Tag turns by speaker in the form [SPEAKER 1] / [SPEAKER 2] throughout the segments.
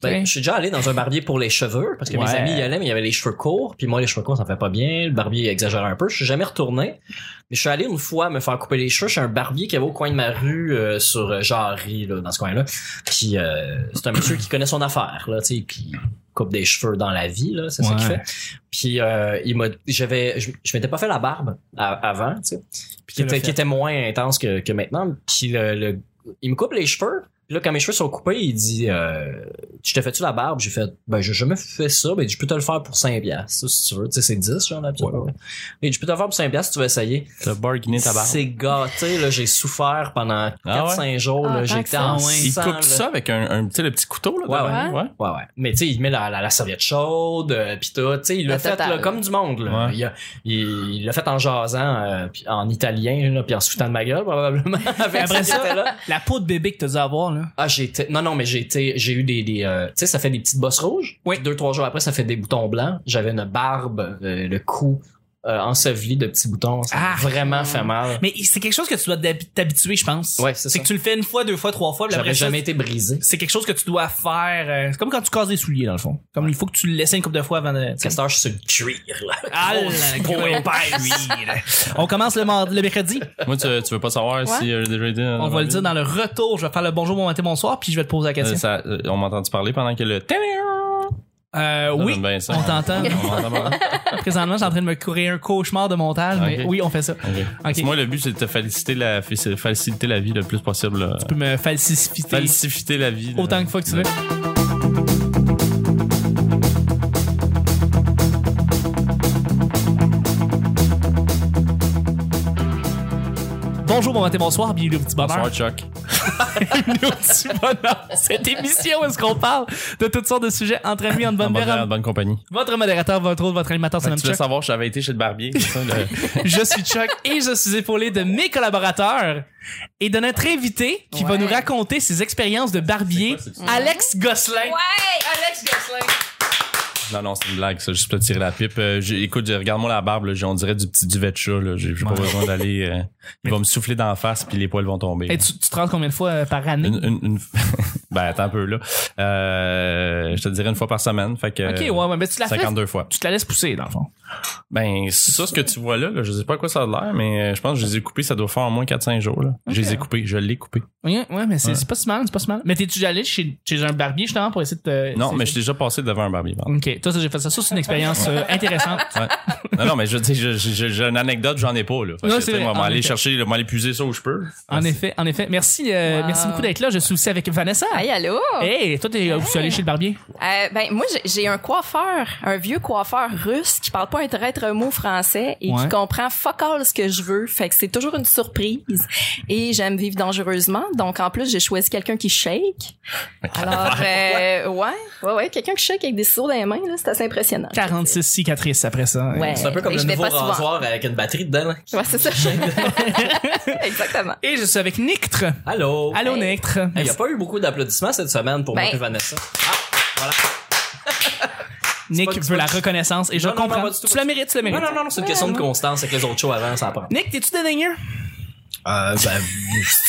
[SPEAKER 1] Ben,
[SPEAKER 2] Ouais.
[SPEAKER 1] Je suis déjà allé dans un barbier pour les cheveux parce que mes
[SPEAKER 3] Ouais.
[SPEAKER 1] amis y allaient, mais il y avait les cheveux courts. Puis moi, les cheveux courts, ça me fait pas bien. Le barbier exagère un peu. Je suis jamais retourné. Mais je suis allé une fois me faire couper les cheveux chez un barbier qui avait au coin de ma rue euh, sur euh, Jarry, là, dans ce coin-là. Puis euh, c'est un monsieur qui connaît son affaire, là, tu sais, puis il coupe des cheveux dans la vie, là, c'est ça qu'il
[SPEAKER 3] Ouais.
[SPEAKER 1] fait. Puis euh, il m'a, j'avais, je, je m'étais pas fait la barbe a- avant, tu sais, puis qui
[SPEAKER 3] Tu l'as
[SPEAKER 1] était, qui
[SPEAKER 3] fait.
[SPEAKER 1] était moins intense que, que maintenant. Puis le, le- il me coupe les cheveux. Puis là, quand mes cheveux sont coupés, il dit, euh, tu t'es fait-tu la barbe? J'ai fait, ben, j'ai jamais fait ça, mais je peux te le faire pour 5 piastres, ça, si tu veux. Tu sais, c'est 10, genre, là,
[SPEAKER 3] Ouais,
[SPEAKER 1] Et je peux te le faire pour 5 piastres si tu veux essayer.
[SPEAKER 3] T'as barguiné ta barbe.
[SPEAKER 1] C'est gâté, là, j'ai souffert pendant 4-5 jours, là,
[SPEAKER 2] Ah, tant que
[SPEAKER 1] j'étais
[SPEAKER 2] ça.
[SPEAKER 1] en
[SPEAKER 3] Il
[SPEAKER 1] sang,
[SPEAKER 3] coupe
[SPEAKER 1] là.
[SPEAKER 3] ça avec un, un, tu sais, le petit couteau, là.
[SPEAKER 1] Ouais,
[SPEAKER 3] devant, ouais.
[SPEAKER 1] Ouais, ouais. Mais tu sais, il met la, la, la serviette chaude, euh, pis tout. Tu sais, il l'a
[SPEAKER 2] La
[SPEAKER 1] fait
[SPEAKER 2] totale.
[SPEAKER 1] là, comme du monde. Là.
[SPEAKER 3] Ouais.
[SPEAKER 1] Il a- Il il l'a fait en jasant, euh, puis en italien, là, puis en se foutant de ma gueule, probablement. avec
[SPEAKER 4] Après
[SPEAKER 1] ce qu'il
[SPEAKER 4] ça-
[SPEAKER 1] était là.
[SPEAKER 4] La peau de bébé que t'as dû avoir, là.
[SPEAKER 1] Ah, j'ai été- Non, non, mais j'ai été- j'ai eu des. des, euh, tu sais, ça fait des petites bosses rouges.
[SPEAKER 4] Oui.
[SPEAKER 1] Puis Deux, trois jours après, ça fait des boutons blancs. J'avais une barbe, euh, le cou euh, enseveli de petits boutons. Ça m'a
[SPEAKER 4] Ah.
[SPEAKER 1] vraiment fait mal.
[SPEAKER 4] Mais c'est quelque chose que tu dois d'hab- t'habituer, je pense.
[SPEAKER 1] Ouais, c'est ça.
[SPEAKER 4] C'est que tu le fais une fois, deux fois, trois fois, puis
[SPEAKER 1] J'aurais
[SPEAKER 4] après ça,
[SPEAKER 1] jamais été brisé.
[SPEAKER 4] c'est quelque chose que tu dois faire. euh, c'est comme quand tu casses des souliers, dans le fond. Comme il faut que tu le laisses une couple de fois avant de.
[SPEAKER 1] Castor, je suis sur le cuir, là.
[SPEAKER 4] Ah, la grosse belle. On commence le, mardi- le mercredi.
[SPEAKER 3] Moi, tu, tu veux pas savoir si euh, j'ai déjà été.
[SPEAKER 1] Ah,
[SPEAKER 4] On va le dire dans le retour. Je vais faire le bonjour, bon matin, bonsoir, puis je vais te poser la question.
[SPEAKER 3] ça, euh, on m'a entendu parler pendant que le.
[SPEAKER 4] Euh,
[SPEAKER 3] Ça
[SPEAKER 4] oui,
[SPEAKER 3] donne bien ça.
[SPEAKER 4] on t'entend.
[SPEAKER 3] On m'entend hein. parler.
[SPEAKER 4] Présentement, je suis en train de me courir un cauchemar de montage, mais
[SPEAKER 3] Ok.
[SPEAKER 4] oui, on fait ça.
[SPEAKER 3] Ok. Parce que
[SPEAKER 4] Ok.
[SPEAKER 3] Moi, le but, c'est de te faciliter la, faciliter la vie le plus possible. là.
[SPEAKER 4] Tu peux me falsifier
[SPEAKER 3] Falsifier la vie. là.
[SPEAKER 4] autant que fois que tu veux. Bonjour, bon matin, bonsoir, bienvenue au petit bonheur.
[SPEAKER 3] Bonsoir, Chuck.
[SPEAKER 4] Bienvenue au petit bonheur. Cette émission où est-ce qu'on parle de toutes sortes de sujets entre amis, en
[SPEAKER 3] En
[SPEAKER 4] bonne
[SPEAKER 3] bonne,
[SPEAKER 4] bière,
[SPEAKER 3] en bonne compagnie.
[SPEAKER 4] en- Votre modérateur, votre autre, votre animateur, c'est
[SPEAKER 3] Tu voulais
[SPEAKER 4] Chuck.
[SPEAKER 3] savoir, j'avais été chez le barbier. c'est ça, le-
[SPEAKER 4] Je suis Chuck et je suis épaulé de mes collaborateurs et de notre invité qui va
[SPEAKER 2] Ouais.
[SPEAKER 4] nous raconter ses expériences de barbier,
[SPEAKER 3] C'est quoi,
[SPEAKER 4] Alex Gosselin.
[SPEAKER 2] Alex Gosselin.
[SPEAKER 3] Non, non, c'est une blague, ça. Juste pour tirer la pipe. Euh, j'ai- écoute, j'ai- regarde-moi la barbe, là, j'ai- on dirait du petit duvet de chat. là. J'ai j'ai pas
[SPEAKER 4] Ouais.
[SPEAKER 3] besoin d'aller. euh, il va me souffler d'en face, puis les poils vont tomber.
[SPEAKER 4] Et tu, tu te rends combien de fois euh, par année?
[SPEAKER 3] Une, une- une- ben, attends un peu, là. Euh, je te dirais une fois par semaine. Fait
[SPEAKER 1] Euh,
[SPEAKER 3] que,
[SPEAKER 4] ok, ouais, ouais, mais tu la, fais,
[SPEAKER 3] 52 fois.
[SPEAKER 4] tu te la laisses pousser, dans le fond.
[SPEAKER 3] Ben, ça, ce que tu vois là, là, je sais pas à quoi ça a l'air, mais euh, je pense que je les ai coupés, ça doit faire au moins 4-5 jours. Là. Je les ai coupés, je l'ai coupé.
[SPEAKER 4] Ouais, ouais, mais c'est
[SPEAKER 3] Ouais.
[SPEAKER 4] c'est pas si mal, c'est pas si mal. Mais t'es-tu déjà allé chez, chez un barbier, justement, pour essayer de te.
[SPEAKER 3] Non,
[SPEAKER 4] essayer
[SPEAKER 3] mais
[SPEAKER 4] de-
[SPEAKER 3] je suis déjà passé devant un barbier. pardon.
[SPEAKER 4] Ok, toi, ça, j'ai fait ça. Ça, c'est une expérience euh, intéressante.
[SPEAKER 3] non, non, mais je veux dire, je- je- je- j'ai une anecdote, j'en ai pas. Là. Fait
[SPEAKER 4] Non,
[SPEAKER 3] que,
[SPEAKER 4] c'est
[SPEAKER 3] tu sais,
[SPEAKER 4] vrai.
[SPEAKER 3] On va
[SPEAKER 4] En
[SPEAKER 3] aller
[SPEAKER 4] effet.
[SPEAKER 3] chercher, là, on va aller puiser ça Ah, où je peux.
[SPEAKER 4] En effet, en effet. Merci, euh,
[SPEAKER 2] Wow.
[SPEAKER 4] merci beaucoup d'être là. Je suis aussi avec Vanessa.
[SPEAKER 2] Hey, allô?
[SPEAKER 4] oh. Hey, toi, t'es aussi allé chez le barbier?
[SPEAKER 2] Euh, ben, moi, j'ai- j'ai un coiffeur, un vieux coiffeur russe qui parle pas un traître mot français et
[SPEAKER 4] Ouais.
[SPEAKER 2] qui comprend fuck all ce que je veux. Fait que c'est toujours une surprise. Et j'aime vivre dangereusement. Donc, en plus, j'ai choisi quelqu'un qui shake. Alors, euh, ouais, ouais, ouais, quelqu'un qui shake avec des ciseaux dans les mains, là, c'est assez impressionnant.
[SPEAKER 4] 46 cicatrices après ça.
[SPEAKER 2] Ouais.
[SPEAKER 1] C'est un peu comme
[SPEAKER 2] Et
[SPEAKER 1] le
[SPEAKER 2] je vais
[SPEAKER 1] nouveau
[SPEAKER 2] pas souvent.
[SPEAKER 1] rasoir avec une batterie dedans. là.
[SPEAKER 2] Ouais, c'est ça. Exactement.
[SPEAKER 4] Et je suis avec Nictre.
[SPEAKER 1] Allô?
[SPEAKER 4] Allô,
[SPEAKER 2] Hey.
[SPEAKER 4] Nectre.
[SPEAKER 1] Il n'y a pas eu beaucoup d'applaudissements cette semaine pour
[SPEAKER 2] Ben.
[SPEAKER 1] moi et Vanessa.
[SPEAKER 4] Nick
[SPEAKER 1] pas- c'est
[SPEAKER 4] veut
[SPEAKER 1] pas
[SPEAKER 4] la
[SPEAKER 1] du-
[SPEAKER 4] reconnaissance et je
[SPEAKER 1] Non, non, non,
[SPEAKER 4] comprends.
[SPEAKER 1] pas du tout,
[SPEAKER 4] tu
[SPEAKER 1] pas
[SPEAKER 4] la
[SPEAKER 1] du
[SPEAKER 4] mérites, tu la
[SPEAKER 1] Non,
[SPEAKER 4] mérites.
[SPEAKER 1] non, non, c'est une question de constance avec les autres shows avant, ça apprend.
[SPEAKER 4] Nick, t'es-tu dédaigneux?
[SPEAKER 1] Euh, ben,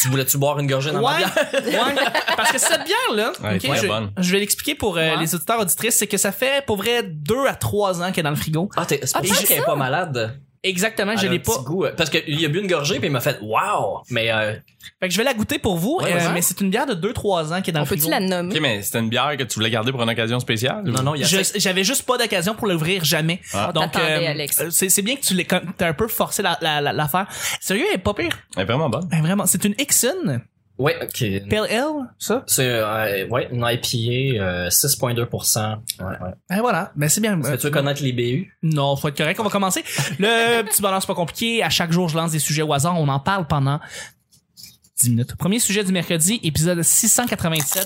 [SPEAKER 1] tu voulais-tu boire une gorgée dans ma bière?
[SPEAKER 4] ouais. Parce que cette bière-là,
[SPEAKER 3] Ouais,
[SPEAKER 4] ok,
[SPEAKER 3] très
[SPEAKER 4] je,
[SPEAKER 3] bonne.
[SPEAKER 4] je vais l'expliquer pour euh,
[SPEAKER 2] Ouais.
[SPEAKER 4] les auditeurs auditrices, c'est que ça fait pour vrai deux à trois ans qu'elle est dans le frigo.
[SPEAKER 1] Ah, t'es- c'est pas
[SPEAKER 2] Ah, tant
[SPEAKER 1] juste
[SPEAKER 2] que
[SPEAKER 1] qu'elle est pas malade.
[SPEAKER 4] Exactement,
[SPEAKER 1] Elle
[SPEAKER 4] Ah, je
[SPEAKER 1] a
[SPEAKER 4] l'ai
[SPEAKER 1] un
[SPEAKER 4] pas.
[SPEAKER 1] petit goût, euh, parce qu'il a bu une gorgée puis il m'a fait wow! Mais euh,
[SPEAKER 4] Fait que je vais la goûter pour vous,
[SPEAKER 1] Ouais,
[SPEAKER 4] euh,
[SPEAKER 1] vas-y.
[SPEAKER 4] mais c'est une bière de deux trois ans qui est dans
[SPEAKER 2] On
[SPEAKER 4] le frigo.
[SPEAKER 2] peut-tu la
[SPEAKER 3] Ok,
[SPEAKER 2] nommer?
[SPEAKER 3] mais c'était une bière que tu voulais garder pour une occasion spéciale? ou-
[SPEAKER 1] non, non, il y a
[SPEAKER 4] Je- J'avais juste pas d'occasion pour l'ouvrir jamais.
[SPEAKER 3] Ah.
[SPEAKER 2] On
[SPEAKER 4] Donc,
[SPEAKER 2] t'attendait, Alex.
[SPEAKER 4] euh, c'est c'est bien que tu l'aies comme- t'as un peu forcé la- la- la- l'affaire. Sérieux, elle est pas pire.
[SPEAKER 3] Elle est vraiment bonne.
[SPEAKER 4] Ben, vraiment, c'est une Ixon
[SPEAKER 1] Ouais, ok.
[SPEAKER 4] Pale Ale, ça.
[SPEAKER 1] C'est euh, ouais, une IPA euh, 6,2%. Ouais, ouais.
[SPEAKER 4] Ben voilà, ben c'est bien.
[SPEAKER 1] Est-ce que tu veux connaître les BU?
[SPEAKER 4] Non, faut être correct. On va commencer. Le petit bonheur, c'est pas compliqué. À chaque jour, je lance des sujets au hasard. On en parle pendant 10 minutes. Premier sujet du mercredi, épisode 687.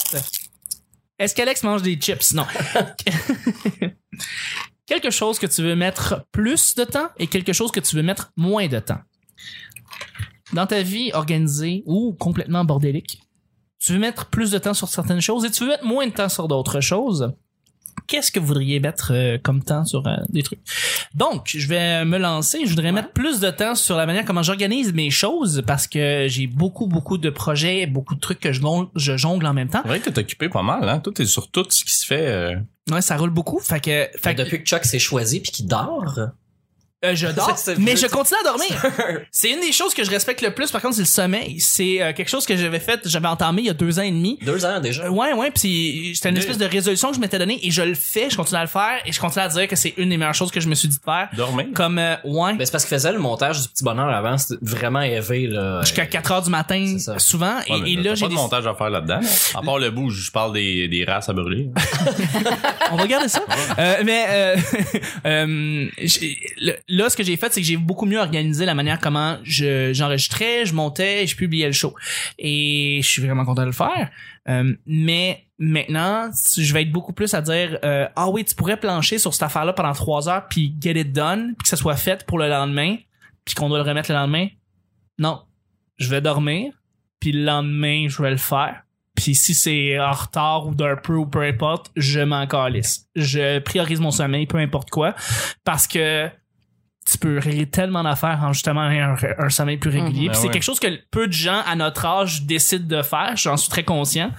[SPEAKER 4] Est-ce qu'Alex mange des chips? Non. quelque chose que tu veux mettre plus de temps et quelque chose que tu veux mettre moins de temps. Dans ta vie organisée ou complètement bordélique, tu veux mettre plus de temps sur certaines choses et tu veux mettre moins de temps sur d'autres choses. qu'est-ce que vous voudriez mettre euh, comme temps sur euh, des trucs. Donc, je vais me lancer. Je voudrais mettre plus de temps sur la manière comment j'organise mes choses parce que j'ai beaucoup, beaucoup de projets, beaucoup de trucs que je gon- je jongle en même temps.
[SPEAKER 3] C'est vrai que t'es occupé pas mal, hein? Toi, t'es sur tout ce qui se fait. euh,
[SPEAKER 4] Ouais, ça roule beaucoup. Fait que, fait
[SPEAKER 1] Fait
[SPEAKER 4] que,
[SPEAKER 1] depuis que Chuck s'est choisi puis qu'il dort,
[SPEAKER 4] euh, je dors,
[SPEAKER 1] Ça, c'est
[SPEAKER 4] mais
[SPEAKER 1] plus-
[SPEAKER 4] je continue à dormir. C'est une des choses que je respecte le plus, par contre, c'est le sommeil. C'est euh, quelque chose que j'avais fait, j'avais entamé il y a deux ans et demi.
[SPEAKER 1] deux ans déjà.
[SPEAKER 4] Euh, ouais, ouais, puis c'était une espèce de résolution que je m'étais donnée et je le fais, je continue à le faire et je continue à dire que c'est une des meilleures choses que je me suis dit de faire.
[SPEAKER 3] Dormir.
[SPEAKER 4] Comme, euh, ouais,
[SPEAKER 1] Ben, c'est parce qu'il faisait le montage du petit bonheur avant, c'était vraiment élevé, là.
[SPEAKER 4] jusqu'à 4 heures du matin,
[SPEAKER 1] euh, C'est ça.
[SPEAKER 4] souvent, et,
[SPEAKER 3] Ouais, mais
[SPEAKER 4] et là,
[SPEAKER 3] t'as
[SPEAKER 4] j'ai
[SPEAKER 3] pas de
[SPEAKER 4] décidé-
[SPEAKER 3] montage à faire là-dedans. là. À part le bout, où je parle des, des races à brûler.
[SPEAKER 4] On va regarder ça. Euh, mais euh, euh, j'ai- le- là, ce que j'ai fait, c'est que j'ai beaucoup mieux organisé la manière comment je- j'enregistrais, je, montais, et je publiais le show. Et je suis vraiment content de le faire. Euh, mais maintenant, je vais être beaucoup plus à dire euh, ah oui, tu pourrais plancher sur cette affaire-là pendant trois heures, puis get it done, puis que ça soit fait pour le lendemain, puis qu'on doit le remettre le lendemain. Non, je vais dormir, puis le lendemain, je vais le faire. Puis si c'est en retard ou d'un peu ou peu importe, je m'en calisse. Je priorise mon sommeil, peu importe quoi, parce que tu peux régler tellement d'affaires en justement un, un sommeil plus régulier.
[SPEAKER 3] Ben
[SPEAKER 4] Puis c'est
[SPEAKER 3] ouais.
[SPEAKER 4] quelque chose que peu de gens à notre âge décident de faire. J'en suis très conscient.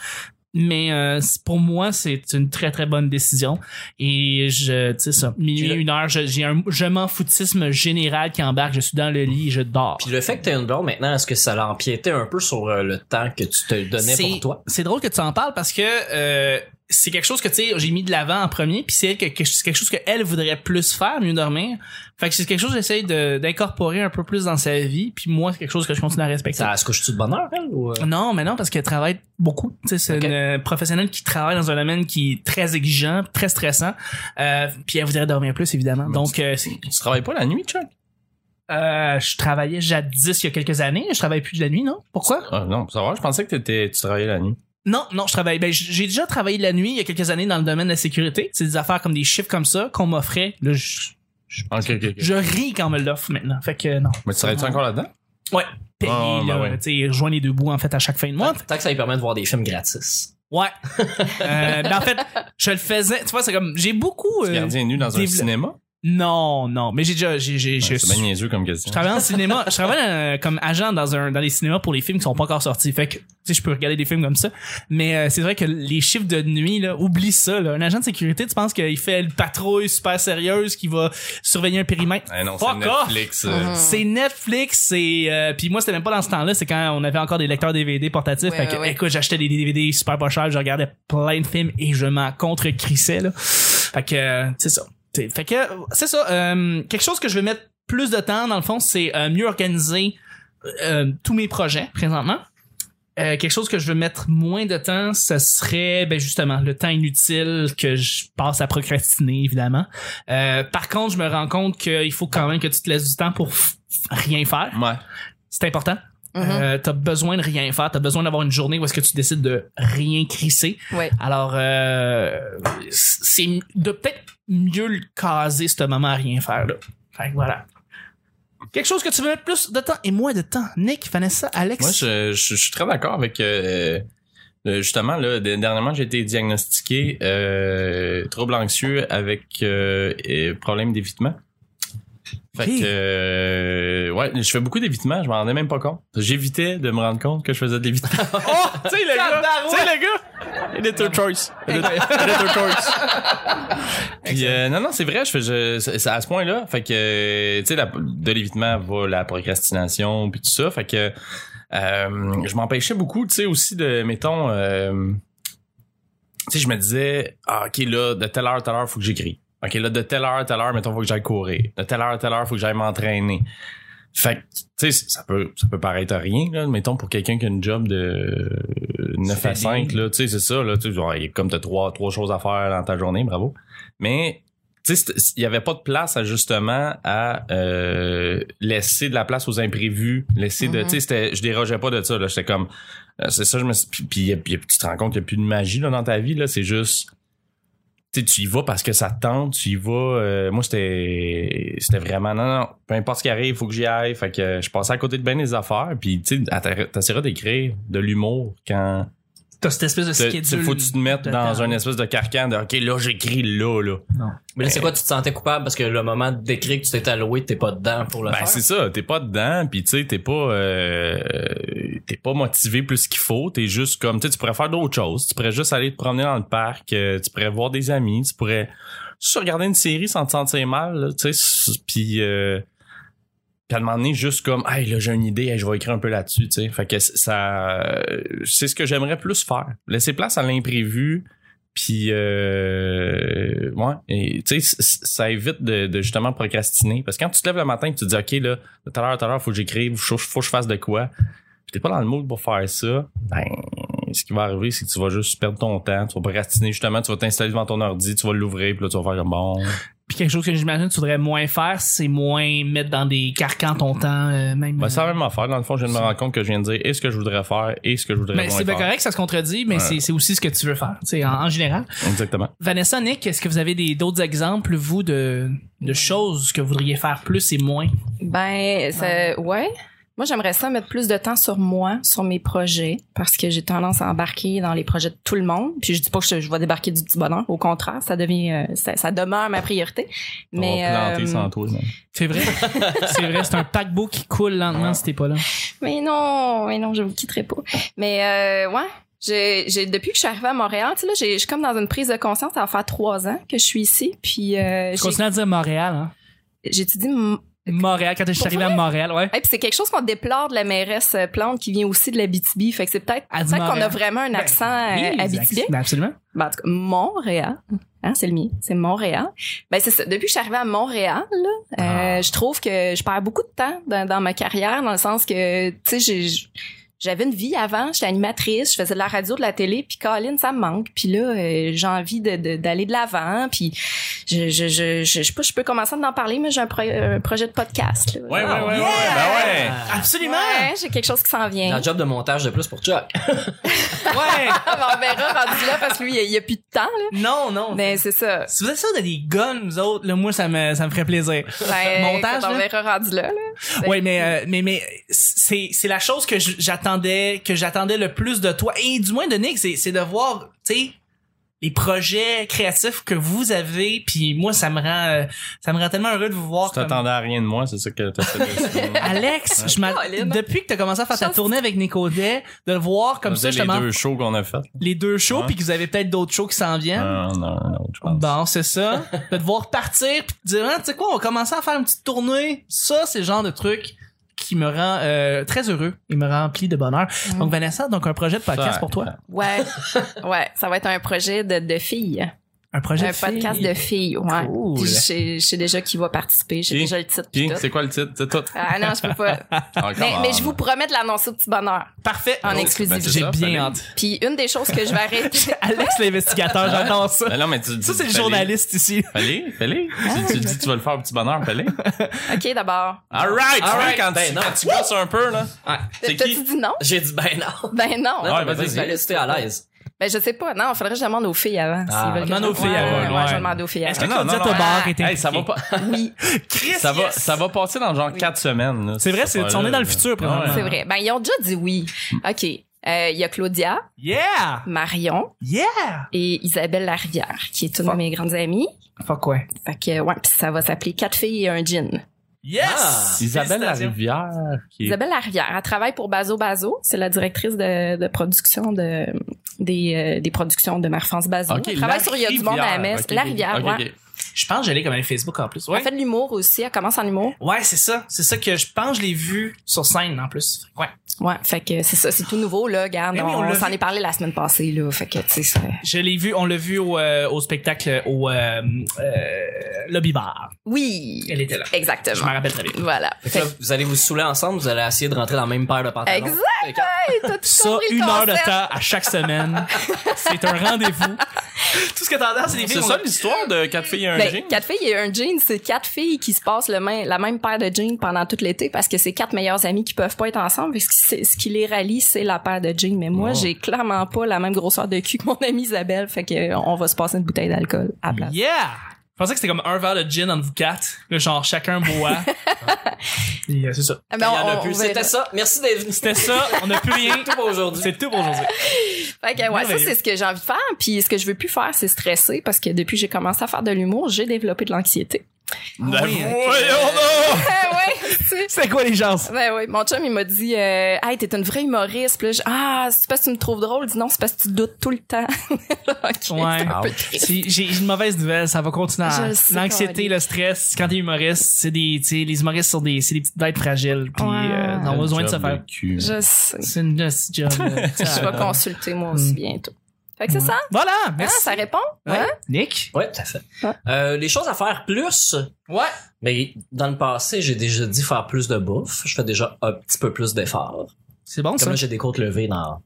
[SPEAKER 4] Mais euh, c'est- pour moi, c'est une très très bonne décision. Et je, tu sais ça, minuit,
[SPEAKER 1] Puis le-
[SPEAKER 4] une heure, je- j'ai un je m'en foutisme général qui embarque. Je suis dans le lit, et je dors.
[SPEAKER 1] Mmh. Puis le fait que t'aies une blonde maintenant, est-ce que ça l'a empiété un peu sur euh, le temps que tu te donnais
[SPEAKER 4] C'est-
[SPEAKER 1] pour toi?
[SPEAKER 4] C'est drôle que tu en parles parce que euh, c'est quelque chose que tu sais, j'ai mis de l'avant en premier, puis c'est elle que, que- c'est quelque chose qu'elle voudrait plus faire, mieux dormir. Fait que c'est quelque chose que j'essaye de- d'incorporer un peu plus dans sa vie, puis moi, c'est quelque chose que je continue à respecter.
[SPEAKER 1] Ça, est-ce que je suis de bonheur, elle, ou? euh?
[SPEAKER 4] Non, mais non, parce qu'elle travaille beaucoup. Tu sais, c'est
[SPEAKER 1] Ok.
[SPEAKER 4] une euh, professionnelle qui travaille dans un domaine qui est très exigeant, très stressant. Euh, puis elle voudrait dormir plus, évidemment.
[SPEAKER 3] Mais
[SPEAKER 4] Donc, euh, c'est-
[SPEAKER 3] Tu travailles pas la nuit, Chuck?
[SPEAKER 4] euh, je travaillais jadis il y a quelques années. Je travaille plus de la nuit, non? Pourquoi?
[SPEAKER 3] Ah non, pour savoir, je pensais que t'étais, tu travaillais la nuit.
[SPEAKER 4] Non, non, je travaille. Ben, j'ai déjà travaillé la nuit il y a quelques années dans le domaine de la sécurité. C'est des affaires comme des chiffres comme ça qu'on m'offrait. Là, je,
[SPEAKER 3] Ok, ok, ok.
[SPEAKER 4] je ris quand on me l'offre maintenant. Fait que non.
[SPEAKER 3] Mais tu travailles-tu encore là-dedans?
[SPEAKER 4] Ouais. Payé,
[SPEAKER 3] Ah, ben
[SPEAKER 4] là,
[SPEAKER 3] ouais.
[SPEAKER 4] tu sais, rejoindre les deux bouts, en fait, à chaque fin de mois.
[SPEAKER 1] Tant que ça lui permet de voir des films gratis.
[SPEAKER 4] Ouais. Euh, ben, en fait, je le faisais. Tu vois, c'est comme, j'ai beaucoup.
[SPEAKER 3] Tu
[SPEAKER 4] euh,
[SPEAKER 3] gardien nu dans un
[SPEAKER 4] dévelop-
[SPEAKER 3] cinéma?
[SPEAKER 4] Non, non. Mais j'ai déjà, j'ai, j'ai, je
[SPEAKER 3] Ouais, C'est hein. bien niaiseux comme
[SPEAKER 4] je
[SPEAKER 3] question.
[SPEAKER 4] travaille en cinéma, je travaille euh, comme agent dans un dans les cinémas pour les films qui sont pas encore sortis. Fait que tu sais je peux regarder des films comme ça, mais euh, c'est vrai que les chiffres de nuit là, oublie ça là. Un agent de sécurité, tu penses qu'il fait une patrouille super sérieuse qui va surveiller un périmètre
[SPEAKER 3] Ah non, c'est
[SPEAKER 4] Fuck off! Mm-hmm.
[SPEAKER 3] Netflix. euh,
[SPEAKER 2] Mhm.
[SPEAKER 4] c'est Netflix, c'est euh, puis moi c'était même pas dans ce temps-là, c'est quand on avait encore des lecteurs DVD portatifs.
[SPEAKER 2] Ouais,
[SPEAKER 4] fait que
[SPEAKER 2] ouais, ouais.
[SPEAKER 4] écoute, j'achetais des DVD super pas chers, je regardais plein de films et je m'en contre-crissais là. Fait que euh, c'est ça. T'sais, Fait que euh, c'est ça. euh, quelque chose que je vais mettre plus de temps dans le fond, c'est euh, mieux organiser euh, tous mes projets présentement. Euh, quelque chose que je veux mettre moins de temps, ce serait ben justement le temps inutile que je passe à procrastiner évidemment. Euh, par contre, je me rends compte qu'il faut quand même que tu te laisses du temps pour f- rien faire.
[SPEAKER 3] Ouais.
[SPEAKER 4] C'est important.
[SPEAKER 2] Mhm.
[SPEAKER 4] Euh, t'as besoin de rien faire. T'as besoin d'avoir une journée où est-ce que tu décides de rien crisser.
[SPEAKER 2] Ouais.
[SPEAKER 4] Alors, euh, c'est de peut-être mieux le caser, ce moment à rien faire. Là. Fait que voilà. Quelque chose que tu veux mettre plus de temps et moins de temps. Nick, Vanessa, Alex.
[SPEAKER 3] Moi, je, je- je suis très d'accord avec. euh, euh, justement, là, de- dernièrement, j'ai été diagnostiqué euh, trouble anxieux avec euh, et problème d'évitement. Fait
[SPEAKER 4] Ok.
[SPEAKER 3] que, euh, ouais, je fais beaucoup d'évitement, je m'en rendais même pas compte. J'évitais de me rendre compte que je faisais de l'évitement.
[SPEAKER 4] Oh, tu sais, le gars. Tu sais, le gars.
[SPEAKER 3] Editor choice. Editor, editor choice. Puis, euh, non, non, c'est vrai, je fais, je- c'est c'est à ce point-là. Fait que, euh, tu sais, la- de l'évitement va la procrastination, puis tout ça. Fait que, euh, je m'empêchais beaucoup, tu sais, aussi de, mettons, euh, tu sais, je me disais, ah, OK, là, de telle heure à telle heure, faut que j'écris. OK, là, de telle heure à telle heure, mettons, faut que j'aille courir. De telle heure à telle heure, faut que j'aille m'entraîner. Fait que, tu sais, ça peut, ça peut paraître à rien, là. Mettons, pour quelqu'un qui a une job de euh, 9 à
[SPEAKER 1] C'est
[SPEAKER 3] 5, là, tu sais, c'est ça, là. Tu sais, genre, il y a comme t'as trois, trois choses à faire dans ta journée, bravo. Mais, tu sais, c'est- il y avait pas de place, à, justement, à euh, laisser de la place aux imprévus. Laisser de,
[SPEAKER 2] Mhm.
[SPEAKER 3] tu sais, c'était- je dérogeais pas de ça, là. J'étais comme, euh, c'est ça, je me suis. Puis, puis, puis tu te rends compte qu'il n'y a plus de magie là, dans ta vie, là. C'est juste. Tu sais, tu y vas parce que ça te tente, tu y vas. euh, moi, c'était. C'était vraiment. Non, non, peu importe ce qui arrive, il faut que j'y aille. Fait que euh, je passais à côté de bien des affaires. Puis, tu sais, t'essaieras d'écrire de l'humour quand
[SPEAKER 4] T'as cette espèce de
[SPEAKER 3] Te- te-
[SPEAKER 4] schedule.
[SPEAKER 3] Faut que tu te mettes
[SPEAKER 4] de
[SPEAKER 3] dans
[SPEAKER 4] temps.
[SPEAKER 3] un espèce de carcan de OK, là, j'écris là, là.
[SPEAKER 4] Non.
[SPEAKER 1] Mais
[SPEAKER 3] Ben.
[SPEAKER 1] là, c'est quoi, tu te sentais coupable parce que le moment d'écrire que tu t'es alloué, t'es pas dedans pour le
[SPEAKER 3] Ben,
[SPEAKER 1] faire?
[SPEAKER 3] c'est ça. T'es pas dedans, puis tu sais, t'es pas, euh, t'es pas motivé plus qu'il faut. T'es juste comme, tu sais, tu pourrais faire d'autres choses. Tu pourrais juste aller te promener dans le parc. euh, tu pourrais voir des amis. Tu pourrais juste regarder une série sans te sentir mal, là, tu sais. s- Puis, euh, puis à un moment donné, juste comme, hey, là, j'ai une idée, hey, je vais écrire un peu là-dessus, tu sais. Fait que c- ça, euh, c'est ce que j'aimerais plus faire. Laisser place à l'imprévu. Puis, euh, ouais, et, tu sais, c- c- ça évite de, de justement procrastiner. Parce que quand tu te lèves le matin et tu te dis, OK, là, tout à l'heure, tout à l'heure, faut que j'écrive, faut, que je- faut que je fasse de quoi. Puis t'es pas dans le mood pour faire ça. Ben, ce qui va arriver, c'est que tu vas juste perdre ton temps. Tu vas procrastiner, justement. Tu vas t'installer devant ton ordi, tu vas l'ouvrir, puis là, tu vas faire comme bon. Ben,
[SPEAKER 4] Puis quelque chose que j'imagine que tu voudrais moins faire, c'est moins mettre dans des carcans ton temps, euh, même.
[SPEAKER 3] Ben, c'est la même affaire. Dans le fond, je viens de me rendre compte que je viens de dire et ce que je voudrais faire et ce que je voudrais
[SPEAKER 4] Mais
[SPEAKER 3] moins
[SPEAKER 4] ben, c'est bien
[SPEAKER 3] faire.
[SPEAKER 4] correct, ça se contredit, mais
[SPEAKER 3] Ouais.
[SPEAKER 4] c'est c'est aussi ce que tu veux faire, tu sais, en, en général.
[SPEAKER 3] Exactement.
[SPEAKER 4] Vanessa, Nick, est-ce que vous avez des d'autres exemples, vous, de, de choses que vous voudriez faire plus et moins?
[SPEAKER 2] Ben, ça, ouais. Moi, j'aimerais ça mettre plus de temps sur moi, sur mes projets, parce que j'ai tendance à embarquer dans les projets de tout le monde. Puis je dis pas que je, je vais débarquer du petit bonheur. Au contraire, ça devient, euh, ça, ça demeure ma priorité. Mais,
[SPEAKER 3] on va planter
[SPEAKER 2] euh,
[SPEAKER 3] sans toi. non.
[SPEAKER 4] C'est vrai. c'est vrai, c'est un paquebot qui coule lentement
[SPEAKER 3] Ouais.
[SPEAKER 4] si t'es pas là.
[SPEAKER 2] mais non, mais non, je vous quitterai pas. Mais euh, ouais, j'ai, j'ai- depuis que je suis arrivée à Montréal, tu sais là, j'ai- je suis comme dans une prise de conscience. Ça va faire trois ans que je suis ici. Puis euh,
[SPEAKER 4] Je continue à dire Montréal, hein.
[SPEAKER 2] j'ai, j'étudie m-
[SPEAKER 4] Montréal, quand je suis
[SPEAKER 2] Pour
[SPEAKER 4] arrivé à Montréal, ouais.
[SPEAKER 2] Hey, puis c'est quelque chose qu'on déplore de la mairesse euh, Plante qui vient aussi de l'Abitibi. Fait que c'est peut-être
[SPEAKER 4] Elle dit
[SPEAKER 2] peut-être qu'on
[SPEAKER 4] Montréal. Ben,
[SPEAKER 2] a vraiment un accent euh,
[SPEAKER 4] Oui, exact.
[SPEAKER 2] abitibien.
[SPEAKER 4] Ben, absolument.
[SPEAKER 2] Ben, en tout cas, Montréal. Hein, c'est le mien. C'est Montréal. Ben, c'est ça. Depuis que je suis arrivée à Montréal, là,
[SPEAKER 4] Ah.
[SPEAKER 2] euh, je trouve que je perds beaucoup de temps dans, dans ma carrière, dans le sens que, tu sais, j'ai- j'avais une vie avant, j'étais animatrice, je faisais de la radio, de la télé, puis Colin, ça me manque. Puis là, euh, j'ai envie de- de- d'aller de l'avant, puis je, je, je, je, je sais pas, je peux commencer à en parler, mais j'ai un, pro- un projet de podcast. là. Ah,
[SPEAKER 3] Ouais, ouais, ouais, ouais,
[SPEAKER 1] yeah!
[SPEAKER 3] ouais, ben ouais.
[SPEAKER 1] Ah.
[SPEAKER 4] Absolument!
[SPEAKER 2] Ouais, j'ai quelque chose qui s'en
[SPEAKER 1] C'est
[SPEAKER 2] vient.
[SPEAKER 1] un job de montage de plus pour Chuck.
[SPEAKER 4] Ouais!
[SPEAKER 2] Ah, ben, on verra rendu là parce que lui, il n'y a plus de temps. Là.
[SPEAKER 4] Non, non.
[SPEAKER 2] Mais c'est ça.
[SPEAKER 4] Si vous êtes sûr de des guns, vous autres, là, moi, ça me, ça me ferait plaisir.
[SPEAKER 2] Ben,
[SPEAKER 4] Montage,
[SPEAKER 2] écoute, On
[SPEAKER 4] là?
[SPEAKER 2] verra rendu là. là. Ben,
[SPEAKER 4] Ouais, mais, euh, mais, mais, c'est, c'est la chose que je- j'attendais, que j'attendais le plus de toi. Et du moins de Nick, c'est, c'est de voir, tu sais, les projets créatifs que vous avez. Puis moi, ça me rend, euh, ça me rend tellement heureux de vous voir.
[SPEAKER 3] Tu
[SPEAKER 4] comme-
[SPEAKER 3] t'attendais à rien de moi, c'est ça que t'as fait. de-
[SPEAKER 4] Alex, je m'a-
[SPEAKER 2] Caroline.
[SPEAKER 4] depuis que t'as commencé à faire ta
[SPEAKER 2] Chose-
[SPEAKER 4] tournée avec Nicodet, de le voir comme
[SPEAKER 3] On
[SPEAKER 4] ça,
[SPEAKER 3] faisait les
[SPEAKER 4] justement, Hein?
[SPEAKER 3] deux shows qu'on a fait.
[SPEAKER 4] les deux shows,
[SPEAKER 3] Ouais.
[SPEAKER 4] puis que vous avez peut-être d'autres shows qui s'en viennent.
[SPEAKER 3] Non, non, non, je pense.
[SPEAKER 4] Bon, c'est ça. de devoir partir puis te dire, Ah, tu sais quoi, on va commencer à faire une petite tournée. Ça, c'est le genre de truc qui me rend euh, très heureux et me remplit de bonheur.
[SPEAKER 2] Mm.
[SPEAKER 4] Donc, Vanessa, donc un projet de podcast
[SPEAKER 3] Ça,
[SPEAKER 4] pour toi.
[SPEAKER 2] Ouais. ouais, ça va être un projet de, de filles.
[SPEAKER 4] Un projet
[SPEAKER 2] Un
[SPEAKER 4] de fille.
[SPEAKER 2] podcast de filles. Ouais.
[SPEAKER 4] Cool.
[SPEAKER 2] Puis Je sais- je sais déjà qui va participer. J'ai
[SPEAKER 3] Qui?
[SPEAKER 2] déjà le titre. puis
[SPEAKER 3] Qui?
[SPEAKER 2] tout.
[SPEAKER 3] C'est quoi le titre? C'est tout.
[SPEAKER 2] Ah non, je peux pas.
[SPEAKER 4] Ben,
[SPEAKER 3] Ah,
[SPEAKER 2] mais,
[SPEAKER 3] come
[SPEAKER 2] mais
[SPEAKER 3] on.
[SPEAKER 2] je vous promets de l'annoncer au petit bonheur.
[SPEAKER 4] Parfait.
[SPEAKER 2] En
[SPEAKER 3] Oh, ben,
[SPEAKER 2] exclusivité.
[SPEAKER 3] c'est
[SPEAKER 4] J'ai
[SPEAKER 3] ça,
[SPEAKER 4] bien
[SPEAKER 3] fallait-
[SPEAKER 4] hâte.
[SPEAKER 2] Puis une des choses que je vais arrêter.
[SPEAKER 4] Alex l'investigateur, j'adore ça.
[SPEAKER 3] Ben non, mais tu,
[SPEAKER 4] Ça, c'est le Hein?
[SPEAKER 3] fallait-
[SPEAKER 4] journaliste ici.
[SPEAKER 3] Fallait, fallait.
[SPEAKER 2] Ah,
[SPEAKER 3] tu, tu
[SPEAKER 2] je-
[SPEAKER 3] dis que tu vas le faire au petit bonheur, fallait.
[SPEAKER 2] OK, d'abord.
[SPEAKER 1] All
[SPEAKER 3] Alright! right,
[SPEAKER 1] right.
[SPEAKER 3] quand,
[SPEAKER 1] Ben
[SPEAKER 3] tu,
[SPEAKER 1] non.
[SPEAKER 3] quand tu gosses un peu, là. C'est
[SPEAKER 2] T'as-tu
[SPEAKER 3] qui?
[SPEAKER 2] dit non?
[SPEAKER 1] J'ai dit ben non.
[SPEAKER 2] Ben non.
[SPEAKER 1] Non,
[SPEAKER 3] Ouais,
[SPEAKER 1] non, mais
[SPEAKER 3] vas-y.
[SPEAKER 1] vas-y, ben là, si t'es à l'aise.
[SPEAKER 2] Ben je sais pas. Non, faudrait que je demande aux filles avant.
[SPEAKER 1] Ah,
[SPEAKER 2] s'ils veulent que
[SPEAKER 4] demande
[SPEAKER 2] je-
[SPEAKER 4] aux filles
[SPEAKER 2] Ouais,
[SPEAKER 4] avant,
[SPEAKER 2] ouais,
[SPEAKER 4] ouais.
[SPEAKER 2] ouais, je vais demander aux filles avant.
[SPEAKER 4] Est-ce que
[SPEAKER 3] Ah, non, non,
[SPEAKER 4] Claudia
[SPEAKER 3] non.
[SPEAKER 4] Tobar était
[SPEAKER 3] Hey, ça va
[SPEAKER 4] impliquée?
[SPEAKER 3] pas,
[SPEAKER 2] Oui,
[SPEAKER 4] Chris,
[SPEAKER 3] ça va,
[SPEAKER 4] yes!
[SPEAKER 3] ça va passer dans genre 4 semaines, là.
[SPEAKER 4] C'est vrai, c'est-
[SPEAKER 3] Voilà,
[SPEAKER 4] on est dans le
[SPEAKER 3] là.
[SPEAKER 4] futur, probablement.
[SPEAKER 2] c'est vrai. Ben ils ont déjà dit oui. OK. Euh, Il y a Claudia,
[SPEAKER 4] Yeah!
[SPEAKER 2] Marion
[SPEAKER 4] Yeah!
[SPEAKER 2] et Isabelle Larivière, qui est une de mes grandes amies.
[SPEAKER 4] Fuck ouais.
[SPEAKER 2] Fait que, ouais, pis ça va s'appeler Quatre filles et un gin.
[SPEAKER 1] Ah.
[SPEAKER 4] Yes!
[SPEAKER 3] Isabelle la
[SPEAKER 4] Félicitations.
[SPEAKER 3] rivière. Qui est...
[SPEAKER 2] Isabelle Larivière, elle travaille pour Bazo Bazo. C'est la directrice de, de production de, des, euh, des productions de Mère-France Bazo.
[SPEAKER 3] Ok,
[SPEAKER 2] elle travaille
[SPEAKER 3] la
[SPEAKER 2] sur Il y a du monde à la messe.
[SPEAKER 3] ok, ok.
[SPEAKER 2] Larivière,
[SPEAKER 3] Ok,
[SPEAKER 2] ouais.
[SPEAKER 3] ok.
[SPEAKER 4] Je pense que j'allais comme un Facebook en plus.
[SPEAKER 2] Elle
[SPEAKER 4] Ouais.
[SPEAKER 2] fait de l'humour aussi. Elle commence en humour.
[SPEAKER 4] Ouais, c'est ça. C'est ça que je pense, je l'ai vu sur scène en plus. Ouais.
[SPEAKER 2] Ouais, fait que c'est ça. C'est tout nouveau, là. Regarde,
[SPEAKER 4] Mais Eh oui, on
[SPEAKER 2] on,
[SPEAKER 4] l'a
[SPEAKER 2] s'en
[SPEAKER 4] vu.
[SPEAKER 2] est parlé la semaine passée, là. Fait que, tu sais, ça-
[SPEAKER 4] Je l'ai vu, on l'a vu au, euh, au spectacle au euh, euh, Lobby Bar.
[SPEAKER 2] Oui.
[SPEAKER 4] Elle était là. Je m'en
[SPEAKER 2] Exactement.
[SPEAKER 4] rappelle très bien.
[SPEAKER 2] Voilà.
[SPEAKER 1] Fait que là, vous allez vous saouler ensemble, vous allez essayer de rentrer dans la même paire de pantalons.
[SPEAKER 2] Exact.
[SPEAKER 1] Fait que-
[SPEAKER 2] Hey, t'as tout
[SPEAKER 4] Ça,
[SPEAKER 2] compris le
[SPEAKER 4] une heure de
[SPEAKER 2] concept.
[SPEAKER 4] temps à chaque semaine. c'est un rendez-vous. Tout ce que t'entends, c'est des
[SPEAKER 3] C'est
[SPEAKER 4] filles.
[SPEAKER 3] ça l'histoire de 4 filles et un
[SPEAKER 2] Ben,
[SPEAKER 3] jean?
[SPEAKER 2] quatre filles et un jean, c'est quatre filles qui se passent le main- la même paire de jeans pendant tout l'été parce que c'est quatre meilleures amies qui peuvent pas être ensemble. parce que c'est- ce qui les rallie, c'est la paire de jeans. Mais moi,
[SPEAKER 3] Oh.
[SPEAKER 2] j'ai clairement pas la même grosseur de cul que mon amie Isabelle. Fait que euh, on va se passer une bouteille d'alcool à la place.
[SPEAKER 4] Yeah! Je pensais que c'était comme un verre de gin entre vous quatre. Là, genre, chacun boit. Et, euh, c'est ça.
[SPEAKER 2] Ah,
[SPEAKER 1] Il
[SPEAKER 2] ben,
[SPEAKER 1] y en a
[SPEAKER 2] on- on
[SPEAKER 1] plus.
[SPEAKER 2] verra.
[SPEAKER 1] C'était ça. Merci d'être venu.
[SPEAKER 4] C'était ça, on n'a plus rien.
[SPEAKER 1] C'est tout pour aujourd'hui.
[SPEAKER 4] C'est tout pour aujourd'hui.
[SPEAKER 2] Fait que, ouais, ça,
[SPEAKER 4] Merveilleux.
[SPEAKER 2] c'est ce que j'ai envie de faire. Puis ce que je veux plus faire, c'est stresser parce que depuis que j'ai commencé à faire de l'humour, j'ai développé de l'anxiété.
[SPEAKER 3] Ben,
[SPEAKER 4] Ah oui, hein. ok.
[SPEAKER 3] voyons donc!
[SPEAKER 2] Ah ouais, c'est-
[SPEAKER 4] C'est quoi les chances?
[SPEAKER 2] Ben oui, mon chum, il m'a dit euh, Hey, t'es une vraie humoriste. Puis là, je- ah, c'est parce que tu me trouves drôle. Il dit non, c'est parce que tu doutes tout le temps. Ok, c'est
[SPEAKER 4] Ouais.
[SPEAKER 1] Ah,
[SPEAKER 2] un peu triste.
[SPEAKER 4] Si- J'ai une mauvaise nouvelle, ça va continuer. à-
[SPEAKER 2] Je le sais,
[SPEAKER 4] L'anxiété,
[SPEAKER 2] Caroline.
[SPEAKER 4] le stress, quand t'es humoriste, c'est des, tu sais, les humoristes sont des, c'est des petites bêtes fragiles, puis
[SPEAKER 2] Ouais.
[SPEAKER 4] euh, on a besoin de se
[SPEAKER 3] Job
[SPEAKER 4] faire.
[SPEAKER 3] cul.
[SPEAKER 2] Je sais.
[SPEAKER 4] C'est une un petit job. là.
[SPEAKER 2] Je vais consulter moi aussi bientôt. Fait que c'est ça.
[SPEAKER 4] Voilà,
[SPEAKER 2] Hein,
[SPEAKER 4] hmm. merci.
[SPEAKER 2] ça répond?
[SPEAKER 4] Ouais.
[SPEAKER 2] Hein?
[SPEAKER 4] Nick?
[SPEAKER 1] Ouais, tout à fait.
[SPEAKER 2] Ouais.
[SPEAKER 1] Euh, les choses à faire plus.
[SPEAKER 4] Ouais.
[SPEAKER 1] Mais dans le passé, j'ai déjà dit faire plus de bouffe. Je fais déjà un petit peu plus d'efforts.
[SPEAKER 4] C'est bon,
[SPEAKER 1] Comme
[SPEAKER 4] ça.
[SPEAKER 1] là, j'ai des comptes levés dans,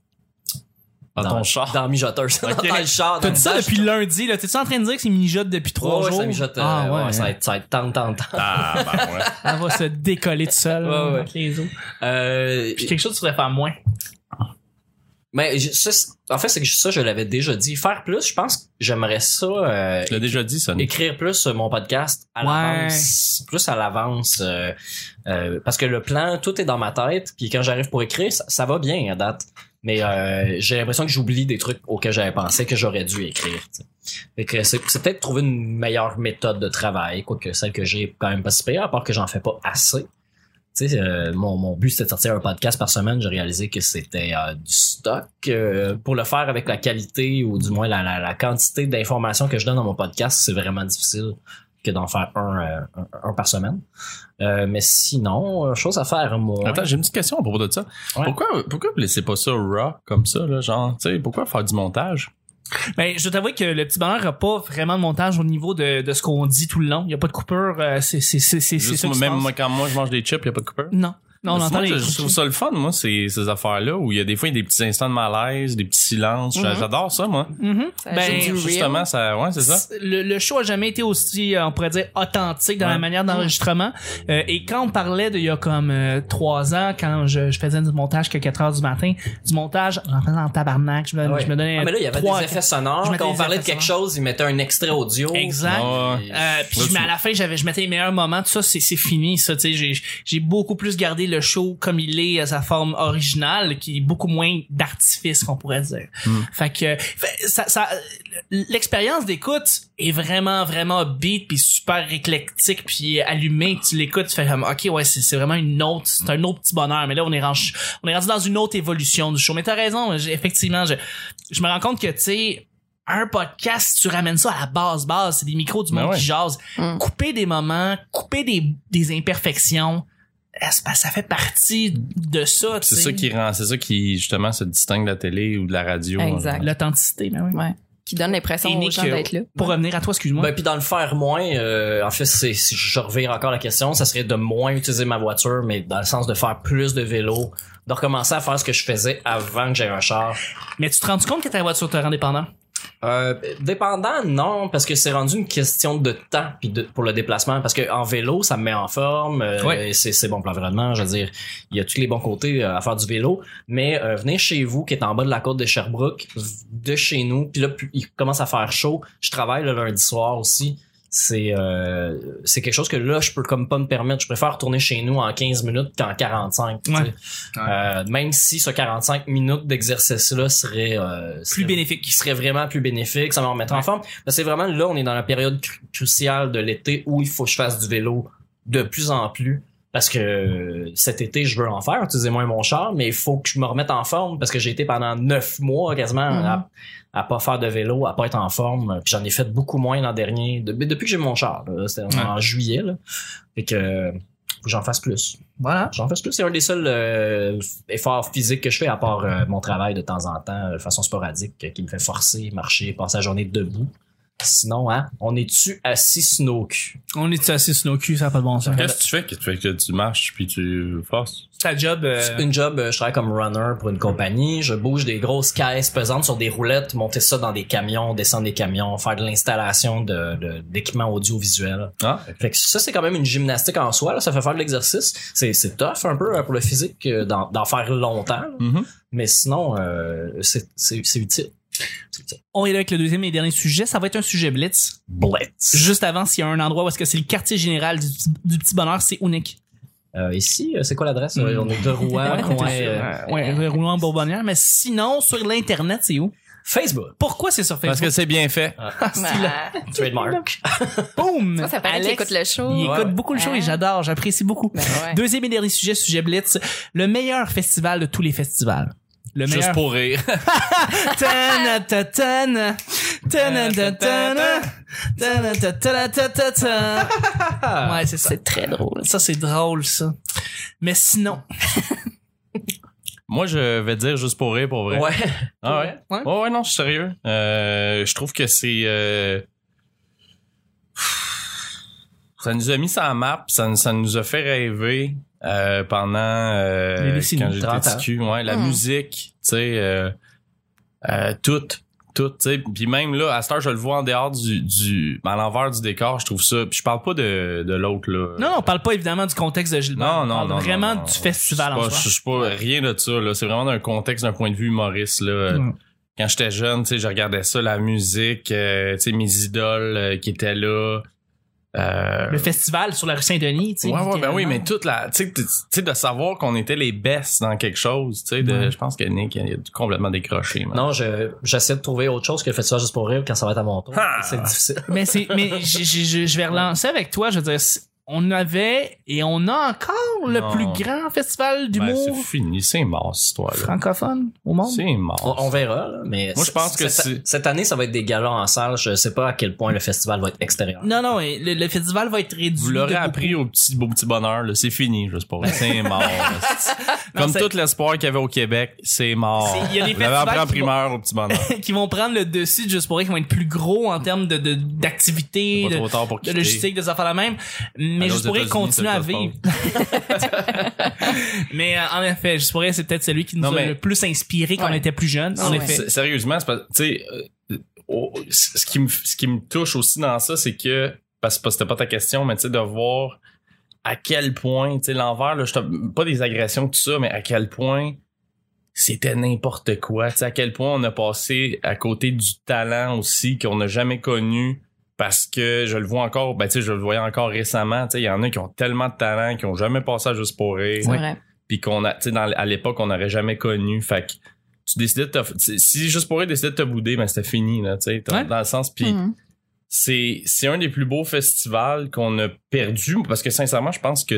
[SPEAKER 3] Dans ton char.
[SPEAKER 1] dans Mijoteur.
[SPEAKER 3] Ok.
[SPEAKER 1] Dans le char.
[SPEAKER 4] T'as
[SPEAKER 1] dans le
[SPEAKER 4] dit ça
[SPEAKER 1] dash.
[SPEAKER 4] depuis lundi, là. T'es-tu en train de dire que c'est mini-jotte depuis trois
[SPEAKER 1] Ouais, ouais,
[SPEAKER 4] jours?
[SPEAKER 1] ça mijote, euh,
[SPEAKER 4] ah, ouais.
[SPEAKER 1] ouais, ça va être, ça va être tant, tant, tant.
[SPEAKER 3] Ah, ben ouais.
[SPEAKER 4] Elle va se décoller tout seul. là,
[SPEAKER 1] Ouais, ouais.
[SPEAKER 4] avec les autres.
[SPEAKER 1] Euh,
[SPEAKER 4] Puis quelque chose que tu voudrais faire moins.
[SPEAKER 1] mais je- ça, c'est- en fait, c'est que ça, je l'avais déjà dit. Faire plus, je pense que j'aimerais ça. euh,
[SPEAKER 3] Tu l'as déjà dit, ça.
[SPEAKER 1] écrire plus sur mon podcast à
[SPEAKER 4] Ouais.
[SPEAKER 1] l'avance plus à l'avance euh, euh, parce que le plan tout est dans ma tête puis quand j'arrive pour écrire ça, ça va bien à date mais euh, j'ai l'impression que j'oublie des trucs auxquels j'avais pensé que j'aurais dû écrire tu sais. fait que c'est c'est peut-être trouver une meilleure méthode de travail quoique celle que j'ai quand même pas si pire à part que j'en fais pas assez tu sais, euh, mon, mon but c'était de sortir un podcast par semaine. J'ai réalisé que c'était euh, du stock. Euh, pour le faire avec la qualité ou du moins la, la, la quantité d'informations que je donne dans mon podcast, c'est vraiment difficile que d'en faire un, euh, un, un par semaine. Euh, mais sinon, euh, chose à faire, moi.
[SPEAKER 3] Attends, j'ai une petite question à propos de ça.
[SPEAKER 1] Ouais.
[SPEAKER 3] Pourquoi, pourquoi vous laissez pas ça raw comme ça, là? Genre, tu sais, pourquoi faire du montage?
[SPEAKER 4] Ben, je t'avoue que le petit bonheur a pas vraiment de montage au niveau de, de ce qu'on dit tout le long. Il y a pas de coupure. euh, c'est, c'est, c'est, c'est, c'est
[SPEAKER 3] Juste
[SPEAKER 4] ça qui se
[SPEAKER 3] même
[SPEAKER 4] passe.
[SPEAKER 3] moi, quand moi je mange des chips, y a pas de coupeur.
[SPEAKER 4] Non. Non, on
[SPEAKER 3] Parce que
[SPEAKER 4] entend
[SPEAKER 3] moi,
[SPEAKER 4] les
[SPEAKER 3] je, je trouve ça le fun, moi, ces, ces affaires-là, où il y a des fois il y a des petits instants de malaise, des petits silences. J'a-
[SPEAKER 2] Mhm.
[SPEAKER 3] J'adore ça, moi.
[SPEAKER 4] Mhm.
[SPEAKER 2] Ça
[SPEAKER 4] Mm-hmm. Ben,
[SPEAKER 2] ajoute du real.
[SPEAKER 3] Justement, ça, ouais, c'est ça.
[SPEAKER 4] Le, le show a jamais été aussi, euh, on pourrait dire, authentique dans
[SPEAKER 3] Ouais.
[SPEAKER 4] la manière d'enregistrement. Euh, et quand on parlait d'il y a comme euh, trois ans, quand je, je faisais du montage que 4 heures du matin, du montage, j'en faisais en tabarnak, je me,
[SPEAKER 1] Ah ouais.
[SPEAKER 4] je me donnais
[SPEAKER 1] Ah, mais là, il y avait
[SPEAKER 4] trois-
[SPEAKER 1] des effets
[SPEAKER 4] je
[SPEAKER 1] sonores.
[SPEAKER 4] mettais
[SPEAKER 1] Quand on
[SPEAKER 4] des
[SPEAKER 1] parlait de
[SPEAKER 4] effets
[SPEAKER 1] quelque chose, ils mettaient un extrait audio.
[SPEAKER 4] Exact.
[SPEAKER 3] Ah, Ouais.
[SPEAKER 4] Euh, puis
[SPEAKER 3] Là, tu-
[SPEAKER 4] mais à la fin j'avais je mettais les meilleurs moments tout ça c'est c'est fini ça tu sais j'ai j'ai beaucoup plus gardé le show comme il est à sa forme originale qui est beaucoup moins d'artifice qu'on pourrait dire
[SPEAKER 3] Mm.
[SPEAKER 4] fait que fait- ça, ça l'expérience d'écoute est vraiment vraiment beat puis super éclectique puis allumée tu l'écoutes tu fais comme ok ouais c'est c'est vraiment une autre c'est un autre petit bonheur mais là on est rendu on est rendu dans une autre évolution du show mais t'as raison j'ai- effectivement je je me rends compte que tu sais un podcast, tu ramènes ça à la base, base, c'est des micros du
[SPEAKER 3] Ben
[SPEAKER 4] monde
[SPEAKER 3] ouais.
[SPEAKER 4] qui jase.
[SPEAKER 2] Mm.
[SPEAKER 4] Couper des moments, couper des, des imperfections, eh, c'est parce que ça fait partie de ça. tu
[SPEAKER 3] C'est
[SPEAKER 4] sais.
[SPEAKER 3] ça qui rend, c'est ça qui, justement, se distingue de la télé ou de la radio.
[SPEAKER 2] Exact.
[SPEAKER 4] L'authenticité, ben oui.
[SPEAKER 2] Ouais. Qui donne l'impression aux
[SPEAKER 4] Unique,
[SPEAKER 2] gens
[SPEAKER 4] euh,
[SPEAKER 2] d'être là.
[SPEAKER 4] Pour revenir à toi, excuse-moi.
[SPEAKER 1] Ben, puis dans le faire moins, euh, en fait, c'est, si je reviens encore à la question, ça serait de moins utiliser ma voiture, mais dans le sens de faire plus de vélo, de recommencer à faire ce que je faisais avant que j'aie un char.
[SPEAKER 4] Mais tu te rends compte que ta voiture te rend dépendant?
[SPEAKER 1] Euh, dépendant, non, parce que c'est rendu une question de temps puis de, pour le déplacement. Parce que en vélo, ça me met en forme. euh,
[SPEAKER 4] Ouais.
[SPEAKER 1] et c'est, c'est bon pour l'environnement. Je veux dire, il y a tous les bons côtés euh, à faire du vélo. Mais euh, venez chez vous, qui est en bas de la côte de Sherbrooke, de chez nous. Puis là, puis il commence à faire chaud. Je travaille le lundi soir aussi. C'est, euh, c'est quelque chose que là, je peux comme pas me permettre. Je préfère retourner chez nous en 15 minutes qu'en 45. tu
[SPEAKER 4] Ouais.
[SPEAKER 1] sais. Euh, même si ce 45 minutes d'exercice-là serait, euh,
[SPEAKER 4] Plus
[SPEAKER 1] serait
[SPEAKER 4] bénéfique.
[SPEAKER 1] qui serait vraiment plus bénéfique, ça va me remettre en forme. Parce que C'est vraiment là, on est dans la période cru- cruciale de l'été où il faut que je fasse du vélo de plus en plus. Parce que euh, cet été, je veux en faire, utiliser moins mon char, mais il faut que je me remette en forme parce que j'ai été pendant neuf mois quasiment à, à pas faire de vélo, à pas être en forme. Puis j'en ai fait beaucoup moins l'an dernier, de- mais depuis que j'ai mon char. là. C'était en juillet. Là. Fait que euh, faut que j'en fasse plus.
[SPEAKER 4] Voilà.
[SPEAKER 1] J'en fais plus. C'est un des seuls euh, efforts physiques que je fais, à part euh, mon travail de temps en temps, euh, de façon sporadique, euh, qui me fait forcer, marcher, passer la journée debout. Sinon, hein, on est-tu assis sur nos culs?
[SPEAKER 4] On est assis sur nos culs, ça n'a pas de bon sens.
[SPEAKER 3] Qu'est-ce que tu fais? Que tu fais que tu marches puis tu forces?
[SPEAKER 4] Ta job, euh,
[SPEAKER 1] Une job, euh, je travaille comme runner pour une compagnie. Je bouge des grosses caisses pesantes sur des roulettes, monter ça dans des camions, descendre des camions, faire de l'installation d'équipements de, d'équipements audiovisuels.
[SPEAKER 3] Ah,
[SPEAKER 1] Fait que ça, c'est quand même une gymnastique en soi. Là. Ça fait faire de l'exercice. C'est c'est tough un peu euh, pour le physique euh, d'en d'en faire longtemps. là.
[SPEAKER 4] Mm-hmm.
[SPEAKER 3] Mhm.
[SPEAKER 1] Mais sinon, euh, c'est c'est- c'est utile.
[SPEAKER 4] on est là avec le deuxième et dernier sujet. Ça va être un sujet blitz.
[SPEAKER 1] Blitz.
[SPEAKER 4] Juste avant, s'il y a un endroit où est-ce que c'est le quartier général du, du petit bonheur, c'est unique.
[SPEAKER 1] Euh, ici, euh, c'est quoi l'adresse?
[SPEAKER 3] Hmm.
[SPEAKER 1] Ouais, On est de Rouen,
[SPEAKER 4] Ah, Ouais,
[SPEAKER 1] coin,
[SPEAKER 4] c'est
[SPEAKER 1] euh,
[SPEAKER 4] sûr. Ouais, le roulant en Bourbonnière. Mais sinon, sur l'Internet, c'est où?
[SPEAKER 1] Facebook.
[SPEAKER 4] Pourquoi c'est sur
[SPEAKER 3] Parce que
[SPEAKER 4] Facebook?
[SPEAKER 3] c'est bien fait.
[SPEAKER 2] Ah,
[SPEAKER 1] Trademark.
[SPEAKER 4] Boum!
[SPEAKER 2] Ça, ça paraît qu'il écoute le show.
[SPEAKER 1] Ouais,
[SPEAKER 4] Il écoute
[SPEAKER 1] ouais.
[SPEAKER 4] beaucoup le show
[SPEAKER 2] Ouais.
[SPEAKER 4] et j'adore, j'apprécie beaucoup.
[SPEAKER 2] Ben ouais.
[SPEAKER 4] Deuxième et dernier sujet, sujet Blitz, le meilleur festival de tous les festivals. Le meilleur.
[SPEAKER 3] Juste pour rire.
[SPEAKER 4] Tana, ta, tana. Tana, ta, tana. Tana, ta, tana, ta, ta, ta. Ouais, c'est ça.
[SPEAKER 2] C'est très drôle.
[SPEAKER 4] Ça, c'est drôle, ça. Mais sinon.
[SPEAKER 3] Moi, je vais dire juste pour rire, pour vrai.
[SPEAKER 1] Ouais.
[SPEAKER 3] Ah ouais?
[SPEAKER 4] Ouais.
[SPEAKER 3] Ouais, ouais, non, je suis sérieux. Euh, je trouve que c'est. euh, Ça nous a mis ça en map, ça, nous- ça nous a fait rêver euh, pendant. euh,
[SPEAKER 4] Des décennies,
[SPEAKER 3] quand j'étais
[SPEAKER 1] 30 ans.
[SPEAKER 3] petit cul, ouais, la
[SPEAKER 2] Hmm.
[SPEAKER 3] musique, tu sais, euh, euh, tout. Tout, tu sais. Puis même là, à cette heure, je le vois en dehors du. du à l'envers du décor, je trouve ça. Puis je parle pas de, de l'autre, là.
[SPEAKER 4] Non, non, on parle pas évidemment du contexte de Gilbert.
[SPEAKER 3] Non,
[SPEAKER 4] On
[SPEAKER 3] non,
[SPEAKER 4] parle
[SPEAKER 3] non.
[SPEAKER 4] Vraiment
[SPEAKER 3] non, non.
[SPEAKER 4] du festival
[SPEAKER 3] Je suis
[SPEAKER 4] en
[SPEAKER 3] pas- Je
[SPEAKER 4] soi.
[SPEAKER 3] suis pas rien de ça, là. C'est vraiment d'un contexte, d'un point de vue humoriste, là. Euh,
[SPEAKER 4] Mm.
[SPEAKER 3] Quand j'étais jeune, tu sais, je regardais ça, la musique, euh, tu sais, mes idoles euh, qui étaient là. Euh,
[SPEAKER 4] Le festival sur la rue Saint-Denis, tu sais.
[SPEAKER 3] ouais, ouais, ben oui,
[SPEAKER 4] littéralement.
[SPEAKER 3] mais toute la, tu sais, tu sais, de savoir qu'on était les best dans quelque chose, tu sais, de-
[SPEAKER 4] Ouais.
[SPEAKER 3] je pense que Nick il a complètement décroché. man.
[SPEAKER 1] Non, je, j'essaie de trouver autre chose que le festival juste pour rire quand ça va être à mon tour.
[SPEAKER 3] Ah.
[SPEAKER 1] C'est difficile.
[SPEAKER 4] mais c'est mais j'ai- j'ai- j'ai- je vais relancer avec toi je veux dire c'est- on avait et on a encore le
[SPEAKER 3] Non.
[SPEAKER 4] plus grand festival
[SPEAKER 3] Ben,
[SPEAKER 4] d'humour
[SPEAKER 3] c'est fini, c'est mort cette histoire-là.
[SPEAKER 4] francophone au monde
[SPEAKER 3] C'est mort.
[SPEAKER 1] On, on verra, là, mais
[SPEAKER 3] Moi, je pense que
[SPEAKER 1] cette,
[SPEAKER 3] c'est-
[SPEAKER 1] cette année, ça va être des galas en salle. Je sais pas à quel point le festival va être extérieur.
[SPEAKER 4] non non et le, le festival va être réduit
[SPEAKER 3] Vous l'aurez
[SPEAKER 4] de beaucoup.
[SPEAKER 3] appris au petit, beau petit bonheur, là, c'est fini, juste pour C'est mort.
[SPEAKER 4] Non,
[SPEAKER 3] Comme
[SPEAKER 4] c'est-
[SPEAKER 3] tout l'espoir qu'il y avait au Québec, c'est mort.
[SPEAKER 4] C'est- il y a des
[SPEAKER 3] Vous l'avez appris
[SPEAKER 4] festivals
[SPEAKER 3] en
[SPEAKER 4] qui vont-
[SPEAKER 3] primeur au petit bonheur.
[SPEAKER 4] qui vont prendre le dessus de juste pour rire qui vont être plus gros en termes de de- d'activité
[SPEAKER 3] Pas
[SPEAKER 4] de,
[SPEAKER 3] trop tard pour
[SPEAKER 4] de
[SPEAKER 3] quitter.
[SPEAKER 4] logistique des affaires la même mais
[SPEAKER 3] Aller
[SPEAKER 4] juste
[SPEAKER 3] aux
[SPEAKER 4] pour rire
[SPEAKER 3] États-Unis,
[SPEAKER 4] continue
[SPEAKER 3] ça
[SPEAKER 4] à
[SPEAKER 3] le passe
[SPEAKER 4] vivre mais euh, en effet juste pour rire c'est peut-être celui qui nous
[SPEAKER 3] Non,
[SPEAKER 4] a
[SPEAKER 3] mais-
[SPEAKER 4] le plus inspiré quand
[SPEAKER 2] Ouais.
[SPEAKER 4] on était plus jeunes en
[SPEAKER 2] Ouais.
[SPEAKER 4] effet
[SPEAKER 3] S- Sérieusement, c'est parce tu sais, euh, oh, c- ce qui me, ce qui me touche aussi dans ça, c'est que, parce que c'était pas ta question, mais tu sais, de voir à quel point, tu sais, l'envers, là, je te- pas des agressions, tout ça, mais à quel point c'était n'importe quoi. Tu sais, à quel point on a passé à côté du talent aussi qu'on n'a jamais connu. Parce que je le vois encore, ben, tu sais, je le voyais encore récemment, tu sais, il y en a qui ont tellement de talent, qui ont jamais passé à juste pour rire.
[SPEAKER 2] C'est vrai.
[SPEAKER 3] puis qu'on a tu sais dans à l'époque on n'aurait jamais connu fait que tu décidais de te, tu sais, si juste pour eux décidait de te bouder ben c'était fini là tu sais dans-
[SPEAKER 4] Ouais. Mm-hmm.
[SPEAKER 3] dans le sens puis
[SPEAKER 2] Mhm.
[SPEAKER 3] c'est c'est un des plus beaux festivals qu'on a perdu parce que sincèrement je pense que